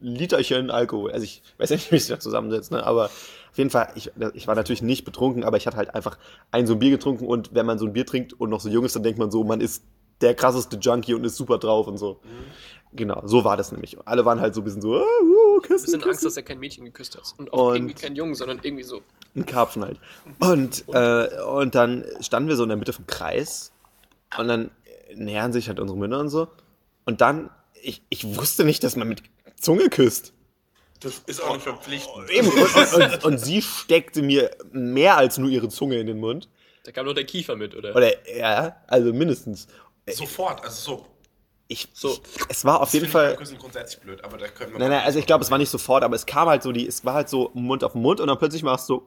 Speaker 1: Milliliterchen Alkohol. Also ich weiß nicht, wie ich das zusammensetze, ne? aber auf jeden Fall, ich, ich war natürlich nicht betrunken, aber ich hatte halt einfach ein so ein Bier getrunken und wenn man so ein Bier trinkt und noch so jung ist, dann denkt man so, man ist der krasseste Junkie und ist super drauf und so.
Speaker 2: Mhm.
Speaker 1: Genau, so war das nämlich. Alle waren halt so ein bisschen so, ah, uh,
Speaker 2: Ein
Speaker 1: Kissen,
Speaker 2: bisschen Angst,
Speaker 1: Kissen.
Speaker 2: dass er kein Mädchen geküsst hat. Und auch
Speaker 1: Und-
Speaker 2: irgendwie kein Jungen, sondern irgendwie so.
Speaker 1: Ein Karpfen halt. Und, äh, und dann standen wir so in der Mitte vom Kreis und dann nähern sich halt unsere Münder und so. Und dann, ich, ich wusste nicht, dass man mit Zunge küsst.
Speaker 3: Das ist auch nicht verpflichtend.
Speaker 1: Eben. Und, und, und, und sie steckte mir mehr als nur ihre Zunge in den Mund.
Speaker 2: Da kam noch der Kiefer mit, oder?
Speaker 1: Oder, ja, also mindestens.
Speaker 3: Sofort, also so.
Speaker 1: Ich,
Speaker 2: So.
Speaker 1: ich, es war auf
Speaker 3: Das
Speaker 1: jeden
Speaker 3: finde ich
Speaker 1: Fall.
Speaker 3: beim Küssen grundsätzlich blöd, aber da können wir.
Speaker 1: Nein, nein, also ich glaube, es war nicht sofort, aber es kam halt so, die, es war halt so Mund auf Mund und dann plötzlich machst du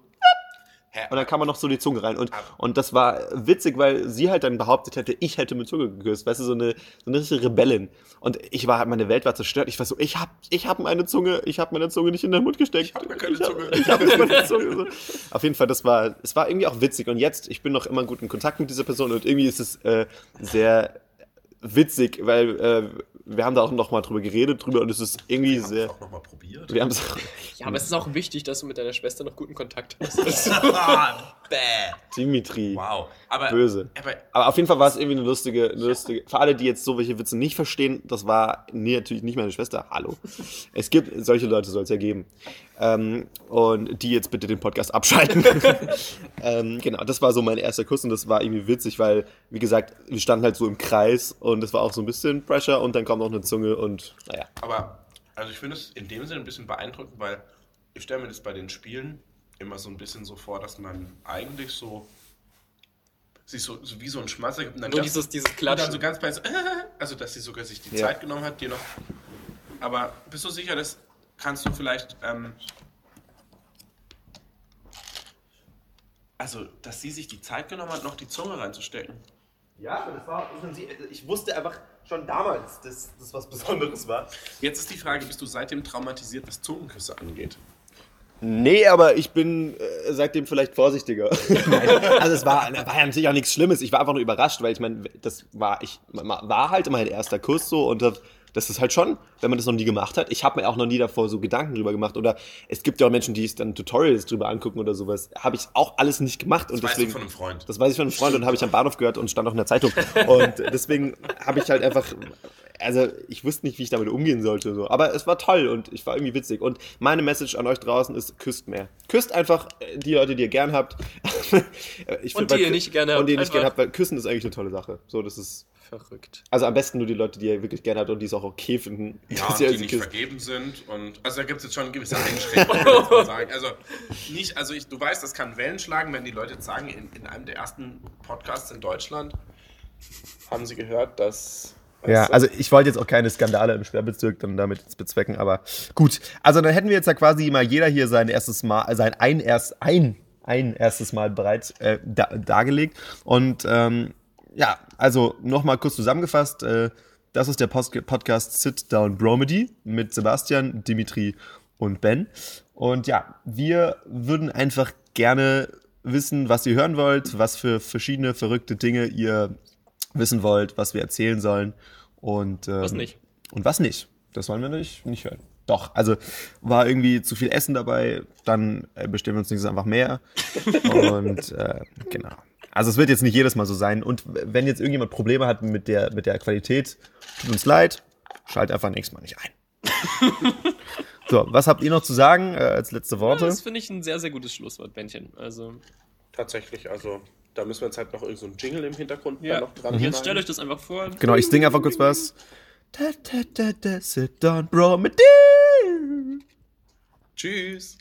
Speaker 3: Hä?
Speaker 1: Und dann kam man noch so die Zunge rein. Und, und das war witzig, weil sie halt dann behauptet hätte, ich hätte mit Zunge geküsst. Weißt du, so eine, so eine richtige Rebellin. Und ich war, meine Welt war zerstört. Ich war so, ich hab, ich hab meine Zunge, ich hab meine Zunge nicht in den Mund gesteckt. Ich
Speaker 3: hab mir keine Zunge.
Speaker 1: Ich hab mir meine Zunge. So. Auf jeden Fall, das war, es war irgendwie auch witzig. Und jetzt, ich bin noch immer in guten Kontakt mit dieser Person und irgendwie ist es äh, sehr witzig, weil äh, wir haben da auch noch mal drüber geredet drüber und es ist irgendwie
Speaker 3: Ich habe
Speaker 1: sehr.
Speaker 3: auch nochmal probiert.
Speaker 1: Wir haben es auch
Speaker 2: Ja, aber es ist auch wichtig, dass du mit deiner Schwester noch guten Kontakt hast.
Speaker 3: Ah, bäh.
Speaker 1: Dimitri.
Speaker 3: Wow. Aber,
Speaker 1: Böse.
Speaker 3: Äh, Aber
Speaker 1: Aber auf jeden Fall war es irgendwie eine lustige, eine lustige. Für alle, die jetzt so welche Witze nicht verstehen, das war nee, natürlich nicht meine Schwester. Hallo. Es gibt solche Leute, soll es ja geben. Ähm, und die jetzt bitte den Podcast abschalten. ähm, genau, das war so mein erster Kuss und das war irgendwie witzig, weil, wie gesagt, wir standen halt so im Kreis und es war auch so ein bisschen Pressure und dann kommt noch eine Zunge und naja.
Speaker 3: Aber, also ich finde es in dem Sinne ein bisschen beeindruckend, weil ich stelle mir das bei den Spielen immer so ein bisschen so vor, dass man eigentlich so sich so, so wie so ein Schmatzer gibt und dann
Speaker 2: Nur
Speaker 3: ganz-
Speaker 2: dieses, dieses
Speaker 3: und dann
Speaker 2: Klatschen.
Speaker 3: so ganz bei so, äh, also dass sie sogar sich die
Speaker 1: Ja.
Speaker 3: Zeit genommen hat, dir noch. Aber bist du sicher, das kannst du vielleicht, ähm, also dass sie sich die Zeit genommen hat, noch die Zunge reinzustecken?
Speaker 1: Ja, das war, ich wusste einfach schon damals, dass das was Besonderes war.
Speaker 3: Jetzt ist die Frage, bist du seitdem traumatisiert, was Zungenküsse angeht?
Speaker 1: Nee, aber ich bin äh, seitdem vielleicht vorsichtiger. Nein, also es war, war ja natürlich auch nichts Schlimmes. Ich war einfach nur überrascht, weil ich meine, das war ich war halt mein erster Kuss so und das, das ist halt schon, wenn man das noch nie gemacht hat. Ich habe mir auch noch nie davor so Gedanken drüber gemacht oder es gibt ja auch Menschen, die sich dann Tutorials drüber angucken oder sowas. Habe ich auch alles nicht gemacht und
Speaker 3: Das weißt du
Speaker 1: deswegen
Speaker 3: von einem Freund.
Speaker 1: das weiß ich von einem Freund und habe ich am Bahnhof gehört und stand auch in der Zeitung. Und deswegen habe ich halt einfach, also ich wusste nicht, wie ich damit umgehen sollte. So. Aber es war toll und ich war irgendwie witzig. Und meine Message an euch draußen ist, küsst mehr. Küsst einfach äh, die Leute, die ihr gern habt. Ich
Speaker 2: Und
Speaker 1: find,
Speaker 2: die ihr
Speaker 1: weil-
Speaker 2: nicht gerne habt,
Speaker 1: Und die ihr nicht gerne habt,
Speaker 2: einfach.
Speaker 1: weil küssen ist eigentlich eine tolle Sache. So, das ist,
Speaker 2: Verrückt.
Speaker 1: also am besten nur die Leute, die ihr wirklich gerne habt und die es auch okay finden.
Speaker 3: Ja,
Speaker 1: dass
Speaker 3: und
Speaker 1: ihr
Speaker 3: die
Speaker 1: sie
Speaker 3: nicht
Speaker 1: küsst.
Speaker 3: vergeben sind. Und, also da gibt es jetzt schon gewisse Einschränkungen, muss man sagen. Also, nicht, also ich, du weißt, das kann Wellen schlagen, wenn die Leute jetzt sagen, in, in einem der ersten Podcasts in Deutschland haben sie gehört, dass.
Speaker 1: Ja,
Speaker 3: weißt du?
Speaker 1: also ich wollte jetzt auch keine Skandale im Sperrbezirk dann damit jetzt bezwecken, aber gut. Also dann hätten wir jetzt ja quasi mal jeder hier sein erstes Mal, äh, sein ein erst ein ein erstes Mal bereits äh, da, dargelegt und ähm, ja, also nochmal kurz zusammengefasst. Äh, das ist der Post Podcast Sit Down Bromedy mit Sebastian, Dimitri und Ben. Und ja, wir würden einfach gerne wissen, was ihr hören wollt, was für verschiedene verrückte Dinge ihr wissen wollt, was wir erzählen sollen und ähm,
Speaker 2: Was nicht.
Speaker 1: Und was nicht. Das wollen wir natürlich nicht hören. Doch, also war irgendwie zu viel Essen dabei, dann äh, bestellen wir uns nächstes Mal einfach mehr. Und äh, genau. Also es wird jetzt nicht jedes Mal so sein. Und w- wenn jetzt irgendjemand Probleme hat mit der, mit der Qualität, tut uns leid, schalt einfach nächstes Mal nicht ein. so, was habt ihr noch zu sagen äh, als letzte Worte?
Speaker 2: Das finde ich ein sehr, sehr gutes Schlusswort, Bändchen. Also,
Speaker 3: Tatsächlich, also da müssen wir jetzt halt noch irgendeinen so einen Jingle im Hintergrund
Speaker 2: ja.
Speaker 3: mal noch
Speaker 1: Mhm.
Speaker 3: dran
Speaker 2: Jetzt
Speaker 3: schneiden.
Speaker 2: stellt euch das einfach vor.
Speaker 1: genau, ich singe einfach kurz was. Da, da, da, da, sit down, bro, mit
Speaker 3: Tschüss.